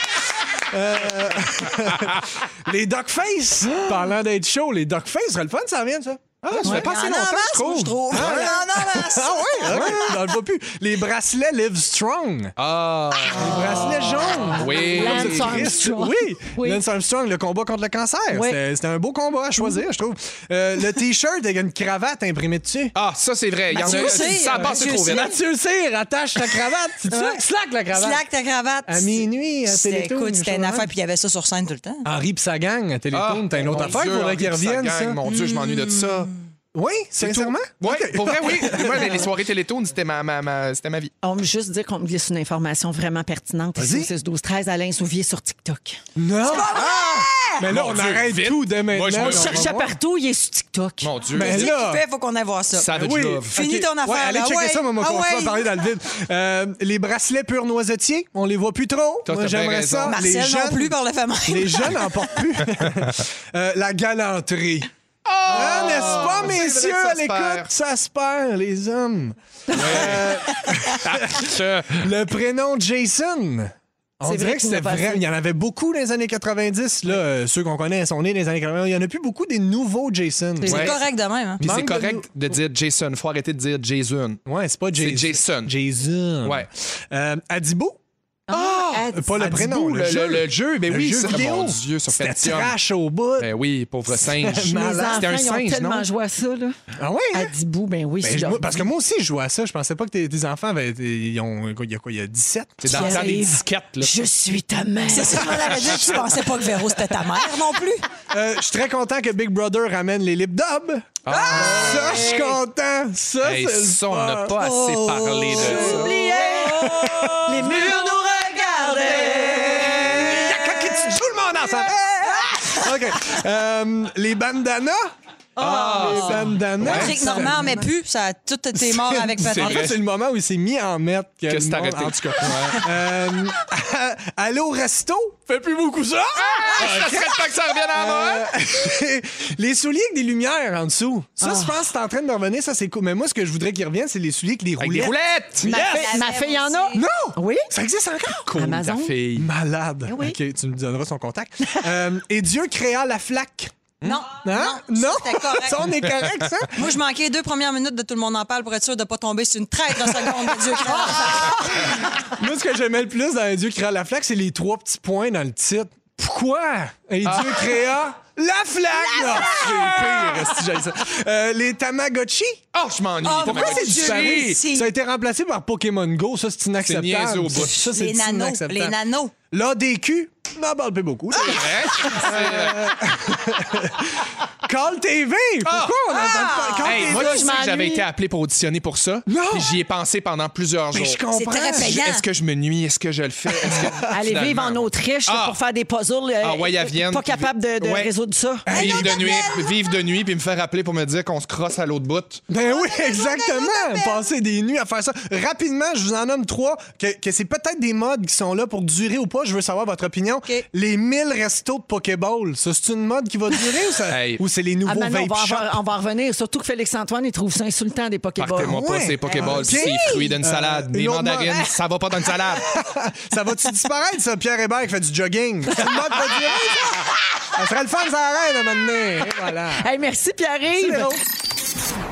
S5: Les duckface. Parlant d'être chaud, les duckface, serait le fun, ça revient, ça. Ah, ça fait pas
S2: en
S5: assez
S2: en
S5: longtemps,
S2: masse,
S5: je trouve.
S2: moi, je trouve.
S5: Ah, ouais.
S2: En en masse.
S5: Ah ouais, ok, on le voit plus. Les bracelets Live Strong.
S3: Ah,
S5: Les bracelets jaunes.
S3: oui.
S4: Lance
S5: Christ,
S4: Armstrong.
S5: Oui.
S4: Oui.
S5: Lance Armstrong, le combat contre le cancer.
S4: Oui.
S5: C'était c'était un beau combat à choisir, je trouve. Euh, le T-shirt avec une cravate imprimée dessus.
S3: Ah, ça c'est vrai.
S5: Ben,
S3: Il y en
S2: Mathieu
S3: a,
S2: Cyr,
S3: ça
S5: euh,
S3: a passé
S2: Mathieu
S3: trop vite.
S2: Cyr.
S5: Mathieu Cyr, attache ta cravate. C'est ça? Slack la cravate.
S2: Slack ta cravate.
S5: À minuit, à
S2: C'était-
S5: Télétoon,
S2: Écoute, c'était
S5: je
S2: une
S5: sais pas.
S2: affaire, puis il y avait ça sur scène tout le temps.
S5: Henri pis sa gang à
S3: Ah,
S5: Télétoon, t'as une autre
S3: mon
S5: affaire,
S3: Dieu,
S5: faudrait qu'ils
S3: Henri puis sa
S5: reviennent,
S3: gang,
S5: ça.
S3: Mon Dieu, je m'ennuie de ça.
S5: Oui, sincèrement?
S3: Oui, pour vrai, oui. Moi, les, les soirées Télétoon, c'était ma, ma, ma- c'était ma vie.
S4: On me juste dire qu'on me glisse une information vraiment pertinente.
S5: Vas-y.
S4: 6 12 13 Alain Souvier sur TikTok.
S5: Non! Ah! Mais là,
S3: Mon
S5: on
S3: Dieu,
S5: arrête
S3: vite.
S5: tout dès maintenant.
S3: Moi, je me
S5: on va
S4: Cherchez
S5: voir.
S4: partout, il est sur TikTok.
S3: Mon Dieu.
S5: Mais
S2: Qu'est-ce
S5: Ben, là-
S2: qu'il fait? Faut qu'on aille voir ça.
S3: Savage
S5: Oui.
S3: Love.
S2: Fini
S5: ben, Ok.
S2: ton affaire,
S5: Ouais, allez
S2: là.
S5: checker
S2: Ouais.
S5: ça, maman,
S2: Ah
S5: qu'on se
S2: ouais.
S5: parler dans le vide. Euh, les bracelets purs noisetiers, on les voit plus trop.
S3: Toi,
S5: Moi,
S3: t'as bien
S5: j'aimerais
S3: raison.
S5: ça. les
S2: Marcel non
S5: jeunes,
S2: plus par le fait même.
S5: les jeunes en portent plus. Euh, la galanterie. Ah, n'est-ce pas,
S3: c'est vrai
S5: messieurs,
S3: que ça
S5: à
S3: se
S5: l'écoute,
S3: perd.
S5: ça se perd, les hommes.
S3: Euh,
S5: Le prénom Jason. On
S4: C'est
S5: dirait
S4: vrai
S5: que
S4: qu'il
S5: c'était
S4: nous a passé.
S5: vrai. Il y en avait beaucoup dans les années 90. Là, euh, ceux qu'on connaît sont nés dans les années 90. Il n'y en a plus beaucoup des nouveaux Jason.
S4: C'est
S2: C'est
S3: Ouais.
S2: correct de même. hein.
S3: Puis c'est
S5: Manque de
S3: correct de dire Jason. Faut arrêter de dire Jason.
S5: Ouais, c'est pas Jason.
S3: C'est Jason.
S5: Jason.
S3: Ouais.
S5: Euh, Adibo.
S4: Ah,
S5: Pas le
S3: Adibou,
S5: prénom,
S3: le, le- le jeu. Mais
S5: Le
S3: oui,
S5: jeu
S3: ça,
S5: vidéo.
S3: mon Dieu, ça fait
S5: C'était
S3: tiens.
S5: trash au bout.
S3: Ben oui, pauvre singe.
S5: Mes
S4: les
S5: malade.
S4: enfants,
S3: C'était un
S4: ils ont
S3: singe,
S4: tellement
S3: non?
S4: joué à ça, là.
S5: Ah ouais?
S4: À
S5: hein?
S4: Dibou, ben oui.
S5: Ben,
S4: c'est
S5: je-
S4: leur-
S5: moi- parce que moi aussi, je jouais à ça. Je pensais pas que tes, tes enfants avaient. Ils ont. Il y a quoi? Il y a 17?
S3: C'est dans le
S4: Qui
S3: temps des
S4: arrive.
S3: disquettes, là.
S4: Je suis ta mère.
S2: C'est ça qu'on avait dit. Tu pensais pas que Véro, c'était ta mère non plus.
S5: Euh, je suis très content que Big Brother ramène les lip dubs. Ah! Ça, je suis content. Ça,
S3: Hey,
S5: c'est le
S3: ça, on n'a
S5: fun. Oh,
S3: pas assez parlé de ça.
S4: Les murs nous regardaient.
S5: Y'a quand qui tue tout le monde ensemble. OK. Euh, les bandanas. Ah, les bandanas.
S2: Patrick Normand, mais plus, ça a tout été mort avec
S5: En
S2: Patrick.
S5: fait, c'est le moment où il s'est mis à en mettre. Que
S3: Que c'est
S5: le monde-
S3: arrêté. Ah,
S5: En tout cas. Euh, aller au resto. Fait plus beaucoup ça.
S3: Ça Ah, serait pas que ça revienne à moi.
S5: Euh, les souliers avec des lumières en dessous. Ça, je pense que c'est en train de revenir. Ça, c'est cool. Mais moi, ce que je voudrais qu'ils reviennent, c'est les souliers avec des
S3: Avec des
S5: roulettes.
S3: roulettes.
S4: Ma, fille- ma fille en a.
S5: Non!
S4: Ah Oui?
S5: Ça existe encore?
S4: Amazon.
S3: Ta
S5: Mm.
S3: fille.
S5: Malade.
S4: oui.
S5: OK, tu me donneras son contact. Euh, et Dieu créa la flaque.
S2: Non.
S5: Hein?
S2: Non. c'était correct.
S5: ça, on est correct, ça?
S2: Moi, je manquais les deux premières minutes de Tout le monde en parle pour être sûr de pas tomber sur une traître en seconde de Dieu.
S5: Moi, ce que j'aimais le plus dans Dieu créa la flaque, c'est les trois petits points dans le titre. Pourquoi? Et Dieu créa la flaque! Non, c'est pire, si ça. Euh, les Tamagotchi.
S3: Oh, je m'ennuie.
S2: Ah,
S3: Tamagotchi.
S2: pourquoi
S5: Pourquoi c'est disparu?
S2: Si.
S5: Ça a été remplacé par Pokémon Go. Ça, c'est
S3: niaiseux au
S5: inacceptable.
S3: bout.
S5: Ça, c'est
S2: les nanos.
S5: inacceptable.
S2: Les nanos.
S3: Ah!
S5: L'ADQ, n'en parle plus beaucoup.
S3: Hein? C'est-
S5: Call TV! Pourquoi on entend pas Call
S3: Hey,
S5: TV?
S3: moi, tu
S4: je
S3: sais que j'avais
S4: m'ennuie.
S3: été appelé pour auditionner pour ça.
S5: Non.
S3: Puis J'y ai pensé pendant plusieurs
S5: Mais
S3: jours.
S5: je comprends.
S2: C'est très
S3: Je-
S2: payant.
S3: Est-ce que je me nuis? Est-ce que je le fais? Est-ce que-
S4: Aller
S3: Finalement,
S4: vivre en Autriche là,
S3: Ah.
S4: pour faire des puzzles. euh,
S3: Ah ouais, à Vienne.
S4: Pas
S3: puis vi-
S4: capable de, de
S3: Ouais.
S4: résoudre ça.
S3: Vivre de nuit, vivre de nuit, puis me faire appeler pour me dire qu'on se crosse à l'autre bout.
S5: Ben
S4: Ah,
S5: oui, exactement. Passer des nuits à faire ça. Rapidement, je vous en nomme trois, que, que c'est peut-être des modes qui sont là pour durer ou pas. Je veux savoir votre opinion. Les 1000 restos de Pokéball, ça, c'est une mode qui va durer ou, ça-
S3: Hey.
S5: ou c'est les
S4: Ah,
S5: nouveaux
S4: maintenant, on,
S5: vape
S4: va en
S5: shops?
S4: voir- on va en revenir. Surtout que Félix-Antoine, il trouve ça insultant des Pokéballs.
S3: Partez-moi pas
S5: ouais.
S3: ces Pokéballs,
S5: Ah, ok.
S3: ces fruits d'une salade, des
S5: une autre
S3: mandarines, ça va pas dans une salade.
S5: ça va-tu disparaître, ça, Pierre Hébert qui fait du jogging? C'est une mode qui va durer, ça? Ça serait le fun, ça arrête à un moment donné. Et voilà.
S4: Hey, merci Pierre-Yves.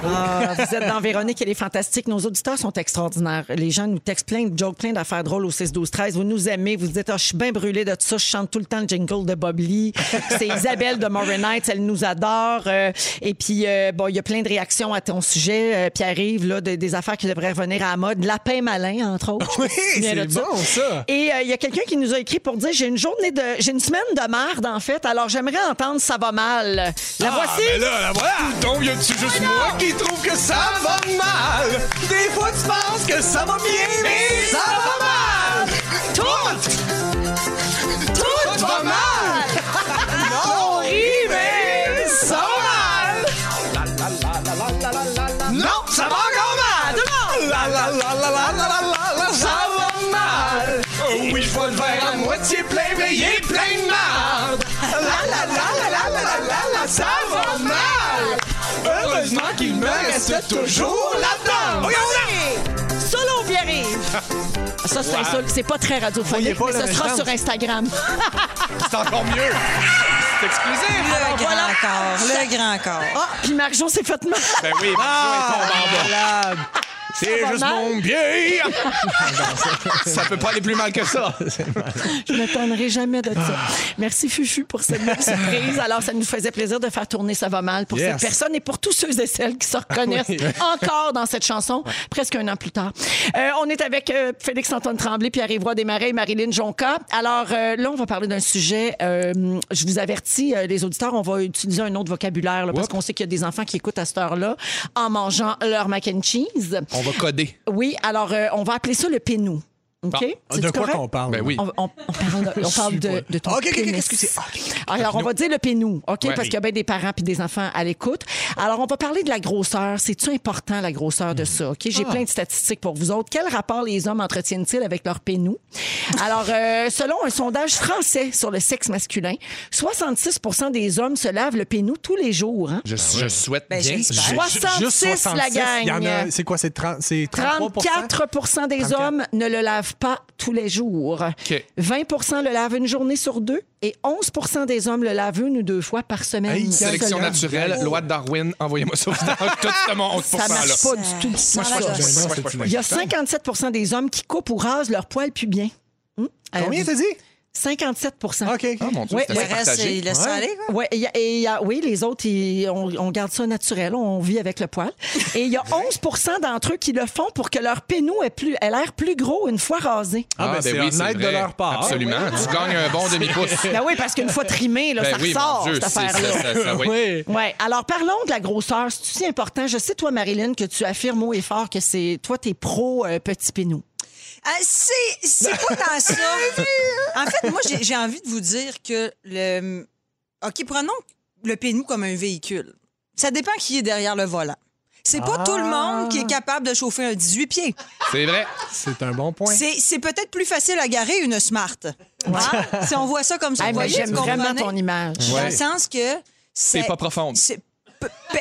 S4: Ah, vous êtes dans Véronique, elle est fantastique. Nos auditeurs sont extraordinaires. Les gens nous textent plein de jokes, plein d'affaires drôles au 6-12-13. Vous nous aimez, vous dites, Ah, je suis bien brûlée de tout ça, je chante tout le temps le jingle de Bob Lee. C'est Isabelle de Morin Heights, elle nous adore. Euh, et puis, euh, bon, il y a plein de réactions à ton sujet, euh, Pierre-Yves, là, de- des affaires qui devraient revenir à la mode. Lapin malin, entre autres. Je me
S5: Oui,
S4: souviens
S5: c'est
S4: de ça.
S5: bon, ça.
S4: Et euh, il y a quelqu'un qui nous a écrit pour dire j'ai une journée de j'ai une semaine de merde en fait. Alors j'aimerais entendre ça va mal. La
S5: Ah,
S4: voici.
S3: mais Ah, ben là, la voilà! Donc, y a-tu juste moi qui trouve que ça va mal? Des fois, tu penses que ça va bien, mais ça va mal! Tout! Tout va mal! Non, mais ça va mal! Non, ça va encore mal! La la la la la la la la, ça va mal! Oh oui, je vois le verre à moitié plein, mais il est plein de marde! La la la la la la la la la, ça va mal! Heureusement qu'il me reste toujours là-dedans!
S4: Solo Pierre-Yves. Ça c'est un solo. c'est pas très radiophonique,
S5: Voyez pas,
S4: mais
S5: là,
S4: ce
S5: mais
S4: sera
S5: je
S4: sur Instagram.
S3: C'est encore mieux! C'est
S5: Ah,
S3: exclusif!
S2: Le grand corps, le grand corps.
S4: Ah, puis Marjo s'est fait mal.
S3: Ben oui,
S5: Ah! Malade.
S3: C'est
S4: va
S3: juste
S4: mal.
S3: mon pied!
S5: Ah,
S3: ça peut pas aller plus mal que ça!
S4: Je m'étonnerai jamais de ça.
S5: Ah.
S4: Merci Fufu pour cette belle surprise. Alors ça nous faisait plaisir de faire tourner ça va mal pour
S5: Yes. Ah
S4: cette personne et pour tous ceux et celles qui se reconnaissent encore dans cette chanson presque un an plus tard. Euh, on est avec euh, Félix Antoine Tremblay, Pierre Évroy Desmarais et Marilyn Jonca. Alors euh, là on va parler d'un sujet euh, je vous avertis euh, les auditeurs, on va utiliser un autre vocabulaire là, parce
S3: Oups.
S4: qu'on sait qu'il y a des enfants qui écoutent à cette heure-là en mangeant leur mac and cheese.
S3: On va coder.
S4: Oui, alors euh, on va appeler ça le pénou. OK C'est
S5: De quoi
S4: correct?
S5: qu'on parle?
S3: Ben oui.
S4: On, on- on parle de, on parle de, de ton
S5: Ok, ok, ok,
S4: pénis.
S5: excusez.
S4: Alors, on va dire le pénou, OK?
S3: Ouais.
S4: Parce qu'il y a bien des parents puis des enfants à l'écoute. Alors, on va parler de la grosseur. C'est-tu important, la grosseur de ça, OK?
S5: Ah.
S4: J'ai plein de statistiques pour vous autres. Quel rapport les hommes entretiennent-ils avec leur pénou? Alors, euh, selon un sondage français sur le sexe masculin, 66 des hommes se lavent le pénou tous les jours. hein?
S3: Je, je souhaite
S2: Ben,
S3: bien.
S2: j'espère.
S3: Je-
S4: 66, la gang.
S5: Il y en a- C'est quoi, c'est 30 c'est 33
S4: 34 des
S5: 34.
S4: hommes ne le lavent pas tous les jours.
S3: OK.
S4: 20 le lavent une journée sur deux et 11 des hommes le lavent une ou deux fois par semaine.
S5: Hey,
S3: Sélection
S5: Seigneur.
S3: naturelle, loi de Darwin, envoyez-moi ça. Tout ce monde, 11
S4: ça marche
S3: là.
S4: pas du tout.
S2: Sans
S4: Moi, je
S2: la
S4: pense-
S2: gosse.
S5: Non, c'est
S4: Il y a 57 des hommes qui coupent ou rasent leur poil pubien. Hum? Euh,
S5: Combien t'as dit?
S4: 57
S5: OK.
S3: Ah mon Dieu,
S4: Ouais,
S3: c'est
S2: Le
S3: assez
S4: ouais.
S2: reste,
S3: partagé.
S2: il laisse ça
S5: Ouais.
S2: aller, quoi.
S4: Ouais, il y a- et il y a- oui, les autres, ils- on, on garde ça naturel, on vit avec le poil. Et il y a 11 d'entre eux qui le font pour que leur pénou ait, plus, ait l'air plus gros une fois rasé.
S5: Ah, ben, c'est
S3: c'est
S5: honnête de
S3: vrai.
S5: leur part.
S3: Absolument. Tu gagnes un bon demi-pouce.
S4: Ben oui, parce qu'une fois trimé, là,
S3: Ben
S4: ça
S3: oui,
S4: ressort,
S3: mon Dieu.
S4: cette
S3: c'est-
S4: affaire-là.
S3: ça- ça- ça- oui.
S5: Oui.
S4: Ouais. Alors parlons de la grosseur. C'est aussi important. Je sais toi, Marilyn, que tu affirmes haut et fort que c'est toi t'es pro euh, petit pénou.
S2: Ah, c'est, c'est pas tant ça. en fait, moi, j'ai, j'ai envie de vous dire que le. OK, prenons le pénou comme un véhicule. Ça dépend qui est derrière le volant. C'est pas tout le
S4: Ah.
S2: monde qui est capable de chauffer un 18 pieds.
S3: C'est vrai.
S5: C'est un bon point.
S2: C'est, c'est peut-être plus facile à garer une Smart. Hein? Si on voit ça comme ça,
S4: Hey,
S2: vous
S4: mais
S2: voyez,
S4: j'aime
S2: vous
S4: vraiment
S2: comprenez?
S4: ton image.
S2: Dans le sens que.
S3: C'est pas profonde.
S2: c'est pe- pe-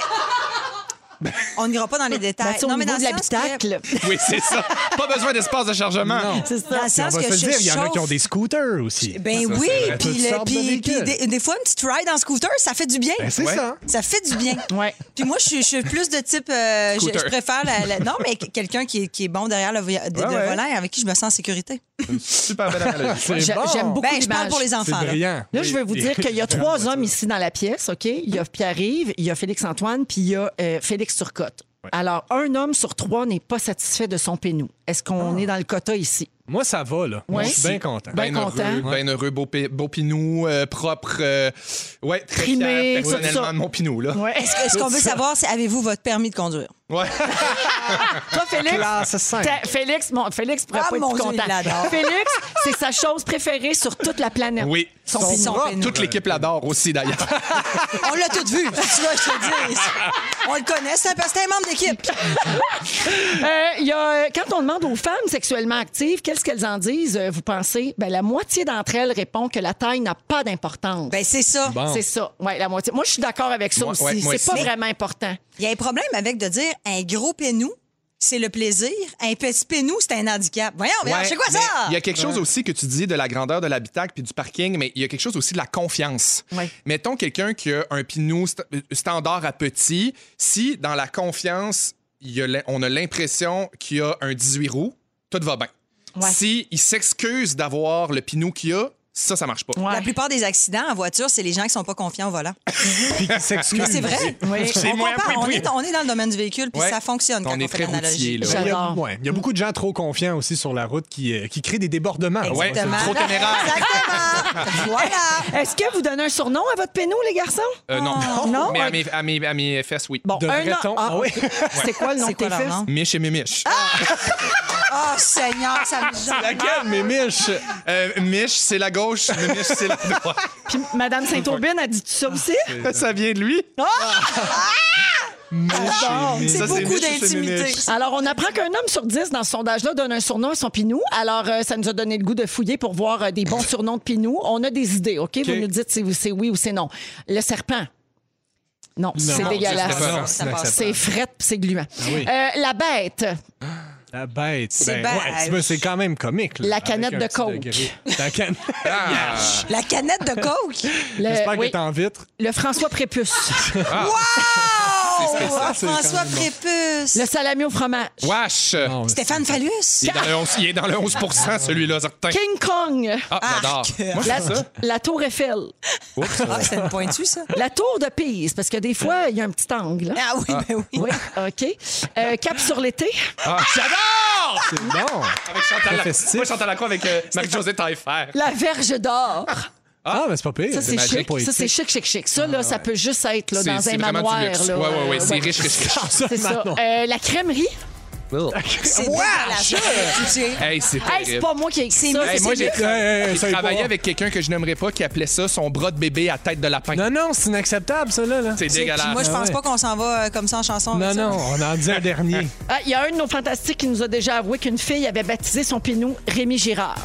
S2: On n'ira pas dans les
S4: Ben,
S2: détails.
S4: tu sais, au
S2: mais
S4: niveau
S2: dans
S4: de
S2: le sens que-
S4: l'habitacle,
S3: Oui, c'est ça. Pas besoin d'espace de chargement.
S4: c'est
S2: Dans le
S4: ça.
S5: Puis on
S2: sens
S5: va
S2: que
S5: se le
S2: je
S5: dire, il y en a qui ont
S2: chauffe-
S5: des scooters aussi.
S2: Ben
S3: Ça,
S2: oui,
S3: c'est vrai.
S2: puis,
S5: Toutes
S2: le-
S5: sortes de
S2: puis- puis
S5: véhicules.
S2: des, des fois, une petite ride en scooter, ça fait du bien.
S5: Ben, c'est
S3: Ouais.
S5: ça.
S2: Ça fait du bien.
S4: Ouais.
S2: Puis moi, je suis, je suis plus de type. euh, je,
S3: Scooter.
S2: je préfère. la- la- non, mais que- quelqu'un qui, est- qui est bon derrière le, vo- de-
S5: Ouais,
S2: le
S5: ouais.
S2: volant et avec qui je me sens en sécurité.
S3: Super belle analogie.
S5: C'est
S4: J'a-
S5: bon.
S4: J'aime beaucoup
S2: Ben, je parle
S4: l'image.
S2: pour les
S5: C'est
S2: enfants. là.
S5: brillant.
S4: Là, je vais vous dire qu'il y a trois hommes ici dans la pièce, OK? Il y a Pierre-Yves, il y a Félix-Antoine, puis il y a euh, Félix Turcotte. Alors, un homme sur trois n'est pas satisfait de son pénou. Est-ce qu'on
S3: Ah.
S4: est dans le quota ici?
S5: Moi, ça va, là. Moi,
S4: Ouais.
S5: Je suis bien content.
S4: Ben
S3: Ben heureux,
S4: content.
S3: ben heureux, beau, pi- beau pinou, euh, propre, euh, Ouais, très fier
S4: Trimé, tout
S3: personnellement
S4: ça.
S3: de mon pinou, là.
S4: Ouais.
S2: Est-ce que- ce qu'on veut savoir, c'est avez-vous votre permis de conduire?
S3: Ouais.
S4: Toi, Félix,
S5: Classe cinq.
S4: t'as- Félix, bon, Félix pourrait
S2: Ah,
S4: pas être
S2: mon
S4: plus
S2: Dieu, il
S4: content.
S2: l'adore.
S4: Félix, c'est sa chose préférée sur toute la planète.
S3: Oui.
S2: Son,
S5: Son
S2: son
S5: bras,
S2: pénis.
S3: Toute l'équipe l'adore aussi, d'ailleurs.
S2: On l'a tout vu. Tu vois, je te dis. On le connaît, c'est un, c'est un membre d'équipe.
S4: Euh, il y a, euh, quand on demande aux femmes sexuellement actives, qu'est-ce qu'elles en disent, euh, vous pensez? Ben, la moitié d'entre elles répond que la taille n'a pas d'importance.
S2: Ben, c'est ça.
S3: Bon.
S4: C'est ça, ouais, la moitié. Moi, je suis d'accord avec ça
S3: Ah. Moi-
S4: aussi.
S3: ouais, moi
S4: c'est pas
S3: aussi.
S4: vraiment important.
S2: Il y a un problème avec de dire un gros pénou, c'est le plaisir. Un petit pénou, c'est un handicap. Voyons, voyons,
S3: Ouais,
S2: c'est quoi
S3: mais
S2: ça?
S3: Il y a quelque chose aussi que tu dis de la grandeur de l'habitacle puis du parking, mais il y a quelque chose aussi de la confiance.
S4: Ouais.
S3: Mettons quelqu'un qui a un pinou st- euh, standard à petit, si dans la confiance, il y a l'im- on a l'impression qu'il y a un 18 roues, tout va bien.
S4: Ouais.
S3: Si il s'excuse d'avoir le pinou qu'il a, ça, ça marche pas.
S4: Ouais.
S2: La plupart des accidents en voiture, c'est les gens qui sont pas confiants au volant.
S5: Puis qui s'excuse.
S2: Mais c'est vrai.
S4: Oui.
S3: C'est
S2: on,
S3: moins
S2: compare, on,
S3: oui, oui.
S2: est, on est dans le domaine du véhicule, puis
S3: Ouais.
S2: ça fonctionne quand
S3: On
S2: on,
S3: est
S2: fait
S3: très routier,
S2: l'analogie.
S3: là.
S5: Il y, a,
S4: J'adore.
S5: ouais, il y a beaucoup de gens trop confiants aussi sur la route qui, euh, qui créent des débordements.
S3: Ouais,
S2: Exactement.
S3: trop téméraire.
S2: Exactement. voilà.
S4: Est-ce que vous donnez un surnom à votre pénou, les garçons?
S3: Euh, non.
S4: Non?
S3: Mais à mes, à mes- à mes fesses, oui.
S4: Bon,
S5: De
S4: un
S5: vrai
S4: an-
S5: ton.
S4: Ah,
S5: Ah oui.
S4: C'est quoi le nom
S2: C'est
S4: de
S2: quoi
S4: tes
S2: leur
S4: fils?
S2: nom?
S3: Miche et Mimiche.
S4: Ah!
S2: Oh, Seigneur, ça me gêne.
S5: Laquelle, mes miches?
S3: Euh, Miche, c'est la gauche, Mimiche, c'est la droite.
S4: Puis Madame Saint-Aubin a dit tout ça aussi?
S3: ça vient de lui.
S2: C'est
S3: Ça, c'est
S2: beaucoup
S3: Mitch, c'est
S2: d'intimité.
S3: Mitch.
S4: Alors, on apprend qu'un homme sur dix dans ce sondage-là donne un surnom à son pinou. Alors, euh, ça nous a donné le goût de fouiller pour voir euh, des bons surnoms de pinou. On a des idées, OK? Vous nous dites si c'est oui ou c'est non. Le serpent. Non, c'est
S3: non,
S4: dégueulasse.
S3: c'est pas-
S5: non, c'est inacceptable.
S4: C'est frette puis c'est gluant.
S5: oui.
S4: Euh, la bête.
S5: La bête.
S2: C'est
S5: Ben,
S2: bête.
S5: ouais, c'est- ben, c'est quand même comique. là,
S4: La
S5: avec
S4: canette
S5: un
S4: de
S5: petit
S4: Coke.
S5: degré. La canette.
S3: Ah,
S2: La canette de coke.
S4: Le,
S5: J'espère
S4: oui,
S5: que t'es en vitre.
S4: le François Prépuce.
S2: Wow!
S5: spécial, c'est
S2: Oh, François
S5: quand même bon.
S2: Prépuce.
S4: le salami au fromage.
S3: Wesh!
S2: Stéphane Phallus.
S3: Il est dans le 11, il est dans le 11 celui-là, certain.
S4: King Kong.
S3: Ah, j'adore.
S2: Arc.
S3: Moi, je
S4: La,
S3: fais ça.
S4: la tour Eiffel.
S3: Oups.
S2: Ah, c'est une pointue, ça.
S4: La tour de Pise, parce que des fois, il y a un petit angle. hein.
S2: Ah oui, ben oui.
S4: Oui, OK. Euh, cap sur l'été.
S3: Ah, j'adore!
S5: C'est bon.
S4: Ah.
S3: Avec Chantal Lacroix.
S5: festif.
S3: Moi, Chantal Lacroix avec euh, Marie-Josée Taillefer.
S4: La verge d'or.
S5: Ah, mais c'est pas pire.
S4: Ça, c'est
S3: magique. Ah,
S4: chic. Ça, c'est chic, chic, chic. Ça, là, ça peut juste être là,
S3: C'est-
S4: dans un
S3: c'est vraiment du
S4: manoir.
S3: luxe.
S4: là.
S3: Ouais, ouais, ouais,
S4: Euh,
S3: c'est riche, riche, riche.
S4: C'est ça.
S5: Manon.
S4: Euh, la crèmerie.
S2: C'est
S5: Wow!
S2: dégueulasse. Tu-
S3: Hey, c'est
S4: Hey, c'est
S3: terrible.
S4: pas moi qui ai écrit
S2: C'est
S4: ça.
S2: mieux,
S3: Hey,
S4: c'est
S3: moi,
S4: lui.
S3: j'ai tra-
S5: Hey, hey, hey,
S3: j'ai
S5: ça y est
S3: travaillé
S5: pas.
S3: avec quelqu'un que je n'aimerais pas qui appelait ça son bras de bébé à tête de lapin.
S5: Non, non, c'est inacceptable, ça, là. là.
S3: C'est
S2: Puis
S3: dégueulasse.
S2: Moi, je
S5: Ah
S2: pense
S5: ouais.
S2: pas qu'on s'en va euh, comme ça en chanson.
S5: Non,
S2: avec ça.
S5: non, on en dit un dernier.
S4: Ah, Il y a un de nos fantastiques qui nous a déjà avoué qu'une fille avait baptisé son pinou Rémi Girard.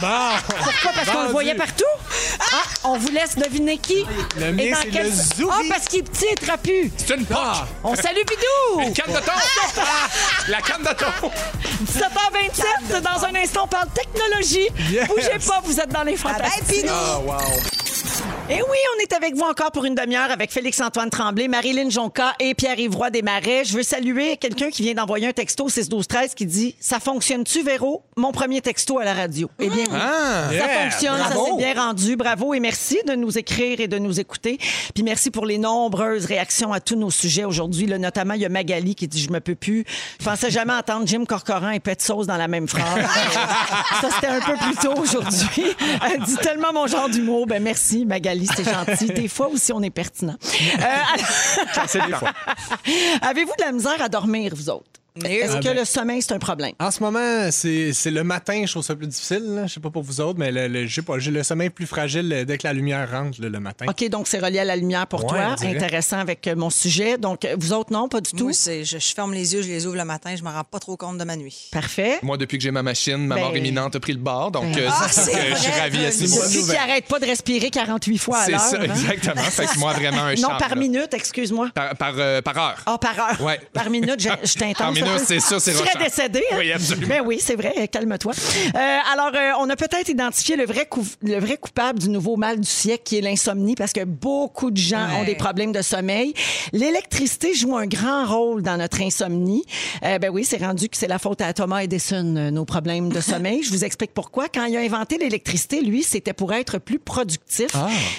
S5: Bon,
S4: Pourquoi? Parce qu'on
S5: Vendu.
S4: le voyait partout. Ah, on vous laisse deviner qui.
S5: Le
S4: Et
S5: mien,
S4: dans
S5: c'est
S4: quel-
S5: le Zoubi.
S4: Ah, parce qu'il est petit et trapu.
S3: C'est une poche!
S4: On salue Bidou!
S3: Une canne de thon! Ah, La canne de thon!
S4: 17h27, dans un instant, on parle technologie.
S5: Yes.
S4: Bougez pas, vous êtes dans les
S2: Ah ben,
S4: fantastiques.
S2: puis nous,
S4: Et Eh oui, on est avec vous encore pour une demi-heure avec Félix-Antoine Tremblay, Marilyn Jonca et Pierre-Yvroy Desmarais. Je veux saluer quelqu'un qui vient d'envoyer un texto 6-12-13 qui dit « Ça fonctionne-tu, Véro? Mon premier texto à la radio. Eh bien, oui.
S3: Ah!
S4: Ça
S5: Yeah,
S4: fonctionne, ça s'est
S5: bravo.
S4: bien rendu. Bravo et merci de nous écrire et de nous écouter. Puis merci pour les nombreuses réactions à tous nos sujets aujourd'hui. Là, notamment, il y a Magali qui dit Je me peux plus. Je pensais jamais entendre Jim Corcoran et Pet Sauce dans la même phrase. ça, c'était un peu plus tôt aujourd'hui. Elle dit tellement mon genre d'humour. Ben merci, Magali, c'est gentil. Des fois aussi, on est pertinent. Euh, alors-
S5: c'est des fois.
S4: Avez-vous de la misère à dormir, vous autres? Est-ce que le sommeil, c'est un problème?
S5: En ce moment, c'est c'est le matin, je trouve ça plus difficile. là. Je sais pas pour vous autres, mais le, le- j'ai pas- j'ai le sommeil plus fragile euh, dès que la lumière rentre là, le matin.
S4: OK, donc c'est relié à la lumière pour
S5: Ouais,
S4: toi.
S5: on dirait.
S4: Intéressant avec euh, mon sujet. Donc, euh, vous autres, non, pas du tout.
S2: Moi, c'est- je, je ferme les yeux, je les ouvre le matin, je me rends pas trop compte de ma nuit.
S4: Parfait.
S3: Moi, depuis que j'ai ma machine, ma
S4: Ben-
S3: mort imminente a pris le bord, donc euh,
S2: Ah,
S3: c'est
S2: c'est
S3: que je suis
S2: vrai,
S3: ravi à ce
S2: Denis.
S3: niveau
S4: Celui qui n'arrête pas de respirer 48 fois à
S3: C'est
S4: l'heure.
S3: ça,
S4: hein?
S3: exactement. Fait que moi, vraiment, un
S4: Non,
S3: charme,
S4: par
S3: là.
S4: minute, excuse-moi.
S3: Par, par, euh, par heure.
S4: Ah, par heure.
S3: Ouais.
S4: Par minute, je, je t'intense.
S3: Par minute, c'est ça, c'est
S4: Tu serais
S3: rochant.
S4: décédé. Hein?
S3: Oui, absolument.
S4: Ben oui, c'est vrai. euh, Calme-toi. Euh, alors, euh, on a peut-être identifié le vrai, coup- le vrai coupable du nouveau mal du siècle, qui est l'insomnie, parce que beaucoup de gens
S2: Ouais.
S4: ont des problèmes de sommeil. L'électricité joue un grand rôle dans notre insomnie. Euh, ben oui, c'est rendu que c'est la faute à Thomas Edison, euh, nos problèmes de sommeil. Je vous explique pourquoi. Quand il a inventé l'électricité, lui, c'était pour être plus productif.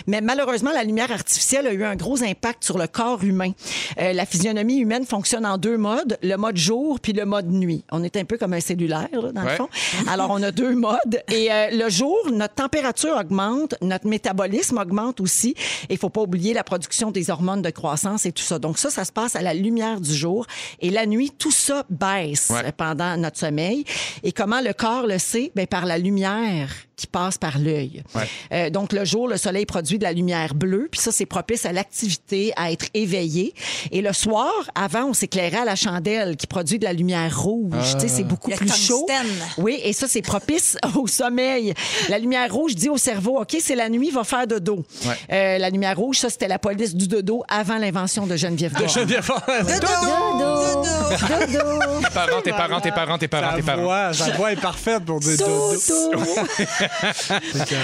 S4: Mais malheureusement, la lumière artificielle a eu un gros impact sur le corps humain. Euh, la physionomie humaine fonctionne en deux modes, le mode jour jour puis le mode nuit. On est un peu comme un cellulaire, là, dans le
S3: Ouais.
S4: fond. Alors, on a deux modes. Et euh, le jour, notre température augmente, notre métabolisme augmente aussi. Il ne faut pas oublier la production des hormones de croissance et tout ça. Donc, ça, ça se passe à la lumière du jour. Et la nuit, tout ça baisse
S3: Ouais.
S4: euh, pendant notre sommeil. Et comment le corps le sait? Ben, par la lumière qui passe par l'œil.
S3: Ouais.
S4: Euh, donc, le jour, le soleil produit de la lumière bleue, puis ça, c'est propice à l'activité, à être éveillé. Et le soir, avant, on s'éclairait à la chandelle qui produit de la lumière rouge. Tu sais, c'est
S3: Ah.
S4: beaucoup
S2: Le
S4: plus chaud.
S2: tungstène.
S4: Oui, et ça, c'est propice au sommeil. La lumière rouge dit au cerveau, OK, c'est la nuit, va faire de dos.
S3: Ouais.
S4: la lumière rouge, ça, c'était la police du dodo avant l'invention de Geneviève Bois.
S5: Je viens faire
S2: Dodo! Dodo!
S3: Tes parents,
S4: ben
S3: tes parents, tes parents, tes parents,
S5: la
S3: tes parents.
S5: voix, la voix est parfaite pour dire dodo.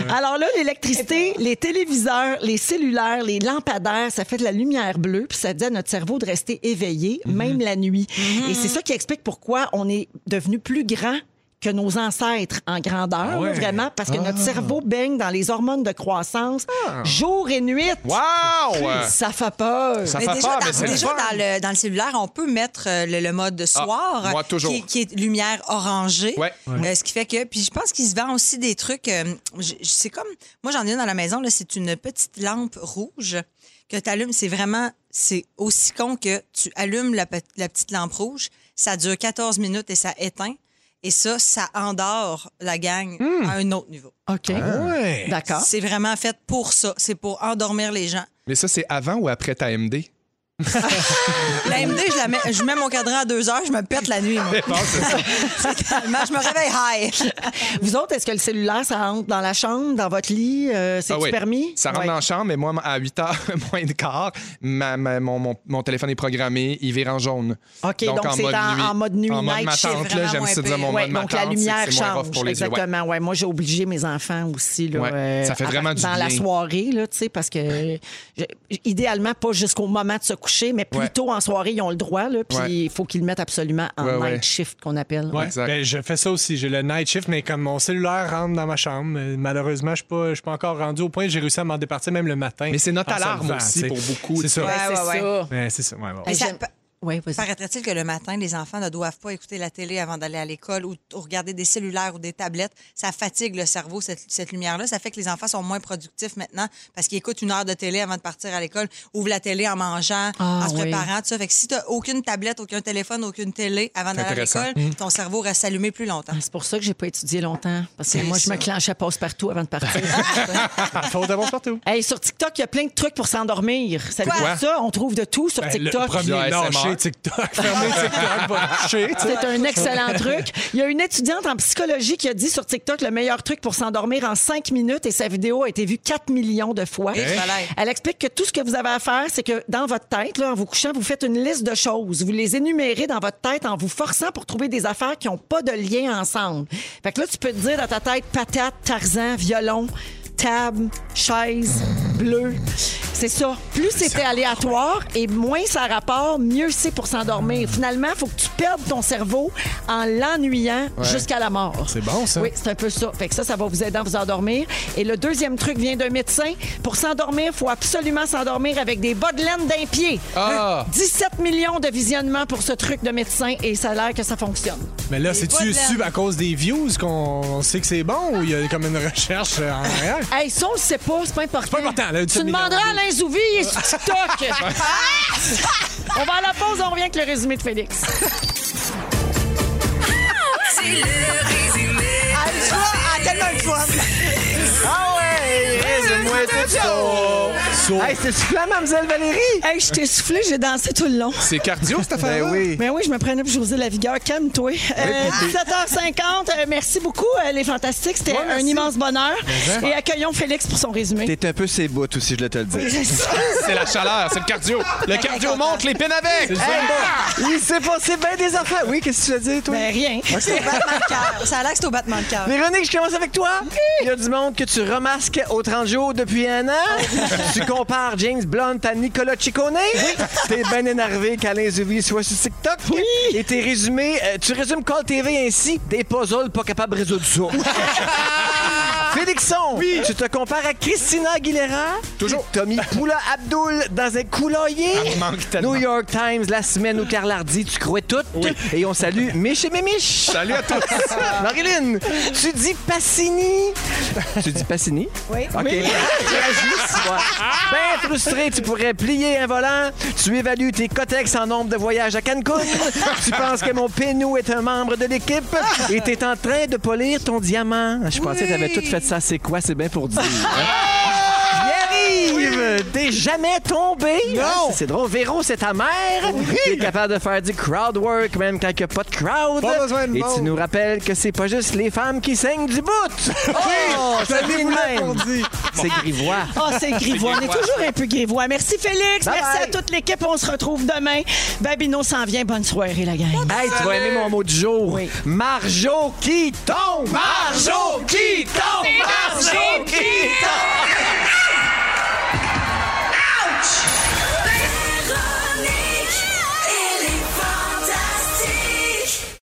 S4: Alors là, l'électricité, les téléviseurs, les cellulaires, les lampadaires, ça fait de la lumière bleue, puis ça dit à notre cerveau de rester éveillé,
S3: Mhm.
S4: même la nuit. Et c'est ça qui explique pourquoi on est devenu plus grand que nos ancêtres en grandeur,
S3: Ah
S4: là,
S5: ouais.
S4: vraiment, parce que notre cerveau baigne dans les hormones de croissance
S3: Ah.
S4: jour et nuit.
S3: Wow!
S4: Ça fait peur.
S3: Ça
S2: Mais
S3: fait
S2: déjà,
S3: peur,
S2: dans,
S3: mais c'est le
S2: déjà
S3: fun. Ah,
S2: dans, le, dans le cellulaire, on peut mettre euh, le, le mode de soir,
S3: moi, toujours.
S2: Qui, qui est lumière orangée.
S3: Ouais.
S2: Euh, ce qui fait que, puis je pense qu'il se vend aussi des trucs. euh, je- je- c'est comme, moi j'en ai une à la maison, là, c'est une petite lampe rouge que tu allumes. C'est vraiment, c'est aussi con que tu allumes la, pe- la petite lampe rouge, ça dure 14 minutes et ça éteint. Et ça, ça endort la gang à un autre niveau.
S4: OK.
S3: Ah
S5: Ouais.
S4: D'accord.
S2: C'est vraiment fait pour ça. C'est pour endormir les gens.
S3: Mais ça, c'est avant ou après ta MD?
S2: La MD, je, la mets, je mets mon cadran à deux heures, je me pète la nuit. moi. C'est calmant, je me réveille high.
S4: Vous autres, est-ce que le cellulaire, ça rentre dans la chambre, dans votre lit? euh, c'est
S3: Ah oui.
S4: permis?
S3: Ça rentre
S4: Ouais.
S3: dans la chambre, mais moi, à 8 h moins de quart, ma- ma- mon, mon- mon téléphone est programmé, il vire en jaune.
S4: OK, donc c'est en- en mode nuit,
S3: En mode
S4: night
S3: ma
S4: shift,
S3: tante, là,
S2: vraiment
S3: j'aime
S2: moins
S3: ça dire mon
S2: pire.
S4: Ouais,
S3: mode ma
S4: donc la
S3: tante, c'est que
S4: lumière
S3: c'est moins rough
S4: change.
S3: pour les yeux. Ouais.
S4: Exactement. Ouais, moi j'ai obligé mes enfants aussi là,
S3: Ouais, ça fait
S4: à-
S3: vraiment du
S4: dans la
S3: bien.
S4: soirée là, tu sais, parce que je- idéalement pas jusqu'au moment de se coucher, mais
S3: Ouais.
S4: plutôt en soirée ils ont le droit là, puis il
S3: Ouais.
S4: faut qu'ils le mettent absolument en
S3: Ouais,
S4: night
S3: ouais.
S4: shift qu'on appelle.
S5: Ouais,
S3: Exact.
S5: ben, je fais ça aussi. J'ai le night shift, mais comme mon cellulaire rentre dans ma chambre, euh, malheureusement, je ne suis, pas- je suis pas encore rendu au point que j'ai réussi à m'en départir même le matin.
S3: Mais c'est notre
S5: En se
S3: alarme
S5: levant,
S3: aussi
S5: tu sais.
S3: pour beaucoup,
S5: C'est
S3: tu
S5: ça.
S2: sais. Ah, Ouais, ouais, ouais.
S5: Ouais, Ben, c'est ça. Ouais, ouais, ouais.
S4: Hey,
S2: Ça
S4: j'aime-
S2: pa-
S4: Ouais, vas-y.
S2: Paraîtrait-il que le matin, les enfants ne doivent pas écouter la télé avant d'aller à l'école ou, ou regarder des cellulaires ou des tablettes. Ça fatigue le cerveau, cette, cette lumière-là. Ça fait que les enfants sont moins productifs maintenant parce qu'ils écoutent une heure de télé avant de partir à l'école, ouvrent la télé en mangeant,
S4: Ah,
S2: en se
S4: oui.
S2: préparant, tout ça. Fait que si tu aucune tablette, aucun téléphone, aucune télé avant d'aller à
S3: intéressant.
S2: l'école,
S4: Mm.
S2: ton cerveau reste allumé plus longtemps.
S4: Ah, C'est pour ça que j'ai pas étudié longtemps parce que
S2: C'est
S4: moi je
S2: ça.
S4: me clenchais passe partout avant de partir.
S5: Faut d'avance partout.
S4: hey, sur TikTok, il y a plein de trucs pour s'endormir. Ça,
S3: Quoi?
S4: ça, on trouve de tout sur
S5: Ben,
S4: TikTok.
S5: Le premier
S3: du ASMR.
S5: lâcher TikTok, fermer TikTok, va te coucher, tu sais.
S4: C'est un excellent truc. Il y a une étudiante en psychologie qui a dit sur TikTok le meilleur truc pour s'endormir en cinq minutes et sa vidéo a été vue 4 millions de fois.
S2: Hey, Valère.
S4: Elle explique que tout ce que vous avez à faire, c'est que dans votre tête, là, en vous couchant, vous faites une liste de choses. Vous les énumérez dans votre tête en vous forçant pour trouver des affaires qui n'ont pas de lien ensemble. Fait que là, tu peux te dire dans ta tête patate, Tarzan, violon, table, chaise, bleu. C'est ça. Plus c'était aléatoire et moins ça a rapport, mieux c'est pour s'endormir. Finalement, il faut que tu perdes ton cerveau en l'ennuyant jusqu'à la mort.
S5: C'est bon, ça.
S4: Oui, c'est un peu ça. Fait que ça, ça va vous aider à vous endormir. Et le deuxième truc vient d'un médecin. Pour s'endormir, il faut absolument s'endormir avec des bas de laine d'un pied.
S3: Ah!
S4: 17 millions de visionnements pour ce truc de médecin et ça a l'air que ça fonctionne.
S5: Mais là,
S2: pas de
S5: c'est-tu
S2: la-
S5: c'est-tu à cause des views qu'on sait que c'est bon ou il y a comme une recherche
S3: Ben
S5: euh, en arrière?
S4: Hey, ça, on le sait pas, c'est pas important.
S5: pas important, là,
S4: tu
S5: 17 millions.
S4: demanderas à Alain Zouvi et sur TikTok. on va à la pause, on revient avec le résumé de Félix.
S2: Ah, une fois, ah, tellement une fois.
S4: Hey, je t'ai soufflé, j'ai dansé tout le long.
S3: C'est cardio, cette affaire
S4: Mais Ben oui, je me prenais pour José Lavigueur. Calme-toi. Euh, 17h50. euh, merci beaucoup, euh, les Fantastiques. C'était un immense bonheur. Et accueillons Félix pour son résumé.
S8: Ben, hein. T'es un peu ses bouts aussi, je le te le dis.
S3: C'est la chaleur, c'est le cardio. Le cardio monte, les pines avec. Ah.
S8: Il s'est passé bien des affaires. Oui, qu'est-ce que tu veux dire, toi?
S4: Ben, rien.
S2: C'est au battement de cœur. Ça a l'air que c'est au battement de cœur.
S8: Véronique, je commence avec toi. Il y a du monde que tu remasques aux 30 jours depuis un
S3: Oh.
S8: an. tu compares James Blunt à Nicolas Ciccone. T'es bien énervé qu'Alain Zuvi soit sur TikTok. Et tes résumés, euh, tu résumes Call TV ainsi. Des puzzles pas capables de résoudre ça. Félixon, tu te compares à Christina Aguilera.
S3: Toujours. Ah,
S8: Tommy Poula Abdul dans un couloyer.
S3: Il manque tellement.
S8: New York Times, la semaine où Carl Hardy, tu crois tout. Et on salue Mich et Mémiche.
S3: Salut à tous.
S8: Marilyn, tu dis Passini. Tu dis Passini? Oui. OK. Tu réagis, ouais. Ben frustré, tu pourrais plier un volant. Tu évalues tes cotex en nombre de voyages à Cancun. tu penses que mon pénou est un membre de l'équipe. Et t'es en train de polir ton diamant. Je pensais que t'avais tout fait ça. C'est quoi? C'est bien pour dire.
S5: Ah!
S8: J'y arrive! T'es jamais tombé! Non! C'est drôle. Véro, c'est ta mère! T'es capable de faire du crowd work même quand il n'y a pas de crowd.
S5: Pas besoin de
S8: Et
S5: monde.
S8: tu nous rappelles que c'est pas juste les femmes qui saignent du bout! Oh!
S5: Je
S8: ça finit de
S5: l'ai
S8: même.
S5: répondu.
S8: C'est grivois.
S5: Oh,
S4: Ah, c'est grivois. On est toujours un peu grivois. Merci, Félix.
S8: Bye
S4: Merci
S8: bye.
S4: à toute l'équipe. On se retrouve demain. Babino s'en vient. Bonne soirée, la gang.
S8: Hey, tu vas aimer mon mot du jour.
S4: Oui.
S8: Marjo qui tombe! Marjo qui tombe! Marjo qui tombe!